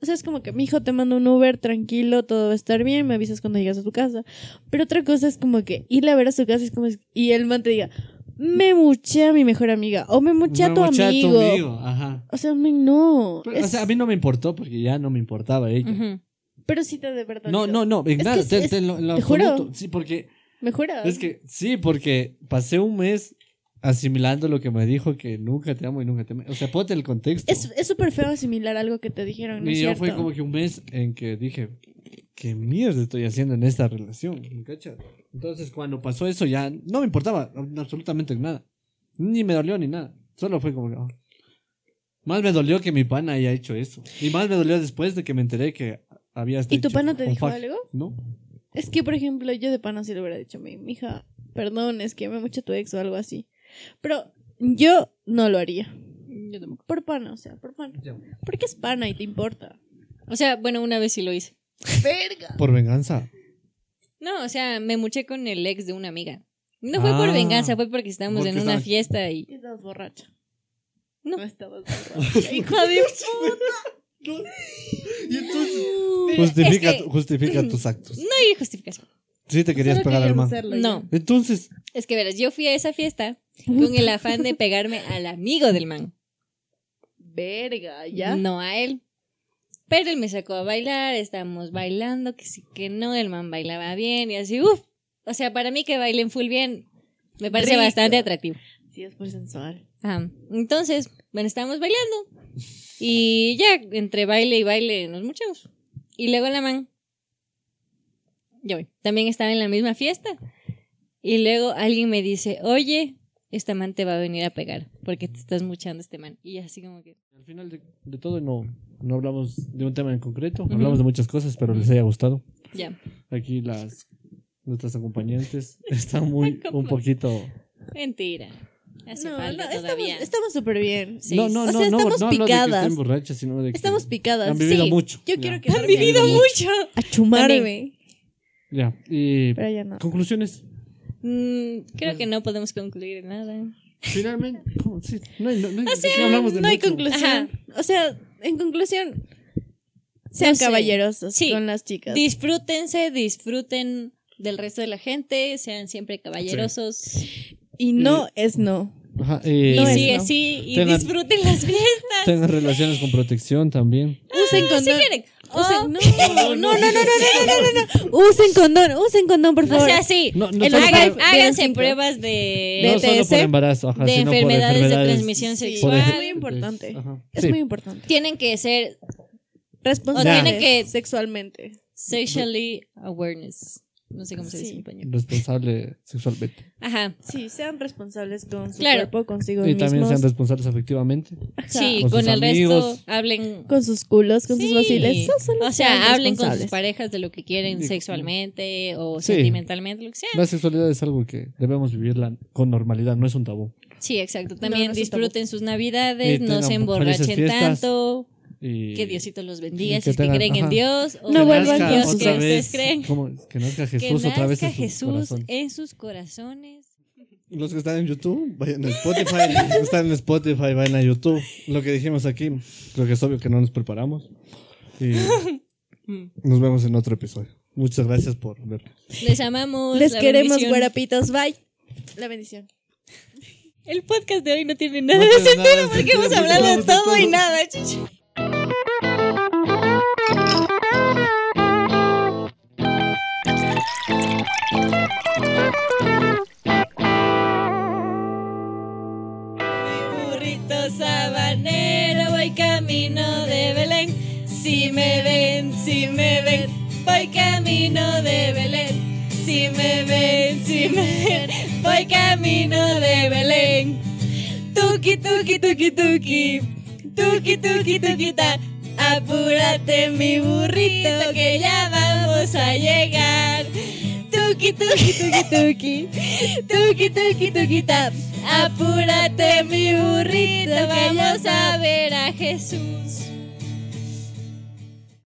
Speaker 3: O sea, es como que mi hijo te manda un Uber, tranquilo, todo va a estar bien, me avisas cuando llegas a tu casa. Pero otra cosa es como que irle a ver a su casa es como y el man te diga, me muché a mi mejor amiga o me muché a
Speaker 1: Me
Speaker 3: tu
Speaker 1: moché
Speaker 3: amigo.
Speaker 1: Ajá.
Speaker 3: O sea, men, no.
Speaker 1: Pero,
Speaker 3: Es-
Speaker 1: O sea, a mí no me importó porque ya no me importaba ella.
Speaker 2: Ujú.
Speaker 3: Pero sí te de verdad.
Speaker 1: No, no, no, en
Speaker 3: Es
Speaker 1: nada,
Speaker 3: que es-
Speaker 1: te-
Speaker 3: es-
Speaker 1: te- en lo- en lo
Speaker 3: te juro.
Speaker 1: absoluto. Sí, porque
Speaker 3: ¿Me juras?
Speaker 1: es que sí, porque pasé un mes asimilando lo que me dijo que nunca te amo y nunca te amo. O sea, ponte el contexto.
Speaker 3: Es es súper feo asimilar algo que te dijeron, ¿no es
Speaker 1: y yo fue
Speaker 3: cierto?
Speaker 1: como que un mes en que dije, ¿qué mierda estoy haciendo en esta relación? ¿Me cachas? Entonces, cuando pasó eso ya no me importaba absolutamente nada. Ni me dolió ni nada. Solo fue como que... ah. Más me dolió que mi pana haya hecho eso. Y más me dolió después de que me enteré que había este
Speaker 3: ¿Y tu
Speaker 1: hecho
Speaker 3: pana te
Speaker 1: un
Speaker 3: dijo
Speaker 1: fac-
Speaker 3: algo?
Speaker 1: No.
Speaker 3: Es que, por ejemplo, yo de pana sí le hubiera dicho a mi hija, perdón, es que me mucho tu ex o algo así. Pero yo no lo haría.
Speaker 2: Yo tampoco.
Speaker 3: Por pana, o sea, por pana. Porque es pana y te importa.
Speaker 2: O sea, bueno, una vez sí lo hice.
Speaker 3: ¡Verga!
Speaker 1: Por venganza.
Speaker 2: No, o sea, me muché con el ex de una amiga. No fue por
Speaker 1: Ah.
Speaker 2: venganza, fue porque estábamos
Speaker 1: Porque
Speaker 2: en una
Speaker 1: estaban-
Speaker 2: fiesta y...
Speaker 3: Y estabas borracha.
Speaker 2: No.
Speaker 3: estabas borracha. Hijo de puta.
Speaker 1: Y entonces...
Speaker 2: Pero
Speaker 1: Justifica,
Speaker 2: es que-
Speaker 1: justifica tus actos.
Speaker 2: pues, No hay justificación.
Speaker 1: Sí te querías
Speaker 3: Solo
Speaker 1: pegar
Speaker 3: quería
Speaker 1: al man.
Speaker 3: hacerlo
Speaker 2: No,
Speaker 3: yo.
Speaker 1: Entonces...
Speaker 2: es que verás, yo fui a esa fiesta con el afán de pegarme al amigo del man.
Speaker 3: Verga, ya.
Speaker 2: No a él. Pero él me sacó a bailar, estábamos bailando, que sí, que no, el man bailaba bien y así, uff. O sea, para mí que bailen full bien me parece
Speaker 3: Rico.
Speaker 2: bastante atractivo.
Speaker 3: Sí, es por sensual.
Speaker 2: Ajá. Entonces, bueno, estábamos bailando. Y ya, entre baile y baile nos muchamos. Y luego la man. Yo también estaba en la misma fiesta. Y luego alguien me dice, oye, esta man te va a venir a pegar porque te estás muchando este man. Y así como que.
Speaker 1: Al final de, de todo no, no hablamos de un tema en concreto,
Speaker 2: Ujú.
Speaker 1: hablamos de muchas cosas, pero les haya gustado.
Speaker 2: Ya.
Speaker 1: Aquí las nuestras acompañantes están muy un poquito
Speaker 2: Mentira. Hace
Speaker 3: No, no,
Speaker 2: falta
Speaker 3: estamos
Speaker 2: todavía.
Speaker 3: estamos súper bien.
Speaker 2: Sí.
Speaker 1: No, no,
Speaker 3: O
Speaker 1: no,
Speaker 3: sea,
Speaker 1: no,
Speaker 3: estamos
Speaker 1: no hablo de que
Speaker 3: picadas.
Speaker 1: estén borrachas, sino de que
Speaker 3: Estamos picadas.
Speaker 1: han vivido
Speaker 3: sí.
Speaker 1: mucho.
Speaker 3: Yo
Speaker 1: Ya,
Speaker 3: quiero que
Speaker 2: Han vivido mucho.
Speaker 3: a chumarme.
Speaker 1: Ya. Y
Speaker 3: Pero ya no.
Speaker 1: conclusiones.
Speaker 2: Mm, creo que no podemos concluir nada.
Speaker 1: Finalmente, ¿cómo? Sí, no, hay- no, no hay- no hablamos de
Speaker 3: no hay
Speaker 1: mucho.
Speaker 3: conclusión. O sea, en conclusión, sean
Speaker 2: sé.
Speaker 3: caballerosos
Speaker 2: Sí.
Speaker 3: con las chicas.
Speaker 2: Disfrútense, disfruten del resto de la gente, sean siempre caballerosos.
Speaker 3: y no es no.
Speaker 1: Ajá, eh,
Speaker 3: No
Speaker 2: y
Speaker 3: es,
Speaker 2: sí,
Speaker 3: no.
Speaker 2: sí, y
Speaker 1: Tengan-
Speaker 2: disfruten las fiestas.
Speaker 1: Tengan relaciones con protección también.
Speaker 3: Usen
Speaker 2: si
Speaker 3: condón.
Speaker 2: quieren. Oh,
Speaker 3: Usen, no, no, no, no, no, no, no, no, no. Usen condón, usen condón, por
Speaker 2: O
Speaker 3: favor.
Speaker 2: sea, sí.
Speaker 1: No, no
Speaker 3: El
Speaker 1: solo,
Speaker 2: Hagan-
Speaker 3: Pero-
Speaker 2: háganse
Speaker 3: Vean,
Speaker 2: pruebas
Speaker 1: no
Speaker 2: de, E,
Speaker 3: De-
Speaker 1: solo por
Speaker 3: DTS,
Speaker 1: embarazo, ajá,
Speaker 2: de
Speaker 1: sino por
Speaker 2: enfermedades de
Speaker 1: enfermedades-
Speaker 2: transmisión
Speaker 3: Sí,
Speaker 2: sexual.
Speaker 3: es muy importante.
Speaker 1: Ajá.
Speaker 3: es
Speaker 1: Sí.
Speaker 3: muy importante.
Speaker 2: Tienen que ser
Speaker 3: Responsable
Speaker 2: O tienen que-
Speaker 3: sexualmente.
Speaker 2: sexually awareness. No sé cómo se dice
Speaker 3: Sí.
Speaker 2: en español.
Speaker 1: responsable sexualmente.
Speaker 2: Ajá.
Speaker 3: Sí, sean responsables con su
Speaker 2: Claro.
Speaker 3: cuerpo, consigo
Speaker 1: Y también
Speaker 3: mismos,
Speaker 1: sean responsables afectivamente.
Speaker 3: sea,
Speaker 2: sí,
Speaker 1: con
Speaker 2: con,
Speaker 1: sus
Speaker 2: el
Speaker 1: amigos.
Speaker 2: resto hablen.
Speaker 3: con sus culos, con
Speaker 2: Sí.
Speaker 3: sus vaciles. Solo- solo
Speaker 2: O
Speaker 3: sean
Speaker 2: sea, hablen con sus
Speaker 3: responsables.
Speaker 2: parejas de lo que quieren
Speaker 1: Digo,
Speaker 2: sexualmente o
Speaker 1: Sí.
Speaker 2: sentimentalmente, lo que sea.
Speaker 1: La sexualidad es algo que debemos vivirla con normalidad, no es un tabú.
Speaker 2: Sí, exacto.
Speaker 3: no
Speaker 2: También
Speaker 3: es un tabú.
Speaker 2: disfruten sus
Speaker 1: Y
Speaker 2: navidades, no
Speaker 1: tengan
Speaker 2: se
Speaker 1: felices
Speaker 2: emborrachen
Speaker 1: fiestas.
Speaker 2: tanto.
Speaker 1: Y
Speaker 2: Que Diosito los bendiga
Speaker 1: y
Speaker 2: si
Speaker 1: que
Speaker 2: es que
Speaker 1: tengan-
Speaker 2: creen en
Speaker 1: ajá.
Speaker 2: Dios o
Speaker 3: No
Speaker 2: que
Speaker 3: vuelvan
Speaker 2: nazca
Speaker 3: con
Speaker 2: Dios
Speaker 3: sus
Speaker 2: que ustedes
Speaker 3: vez.
Speaker 2: creen.
Speaker 1: ¿Cómo es? Que nazca
Speaker 2: Que
Speaker 1: Jesús otra vez
Speaker 2: nazca
Speaker 1: en sus
Speaker 2: Jesús
Speaker 1: corazones.
Speaker 2: en sus corazones.
Speaker 1: Los que están en YouTube, vayan a Spotify. Los que están en Spotify, vayan a YouTube. Lo que dijimos aquí,
Speaker 2: Mm.
Speaker 1: creo que es obvio que no nos preparamos. Y nos vemos en otro episodio.
Speaker 4: Muchas gracias por vernos.
Speaker 2: Les amamos.
Speaker 3: Les
Speaker 2: la
Speaker 3: queremos,
Speaker 2: bendición.
Speaker 3: guarapitos. Bye. La bendición.
Speaker 2: El podcast de hoy no tiene nada
Speaker 4: No
Speaker 2: de
Speaker 4: tiene nada de
Speaker 2: sentido porque
Speaker 4: sentido,
Speaker 2: hemos
Speaker 4: porque
Speaker 2: hablado de
Speaker 4: hablamos de
Speaker 2: todo y
Speaker 4: todo.
Speaker 2: nada, chichi. Mi burrito sabanero, voy camino de Belén. Si me ven, si me ven, voy camino de Belén. Si me ven, si me ven, voy camino de Belén. Tuki, tuki, tuki, tuki. Tuki, tuki, tuki, ta. Apúrate, mi burrito, que ya vamos a llegar. Tuki, tuki, tuki, tuki. Tuki, tuki, tuki, ta. Apúrate, mi burrito, vamos a ver a Jesús.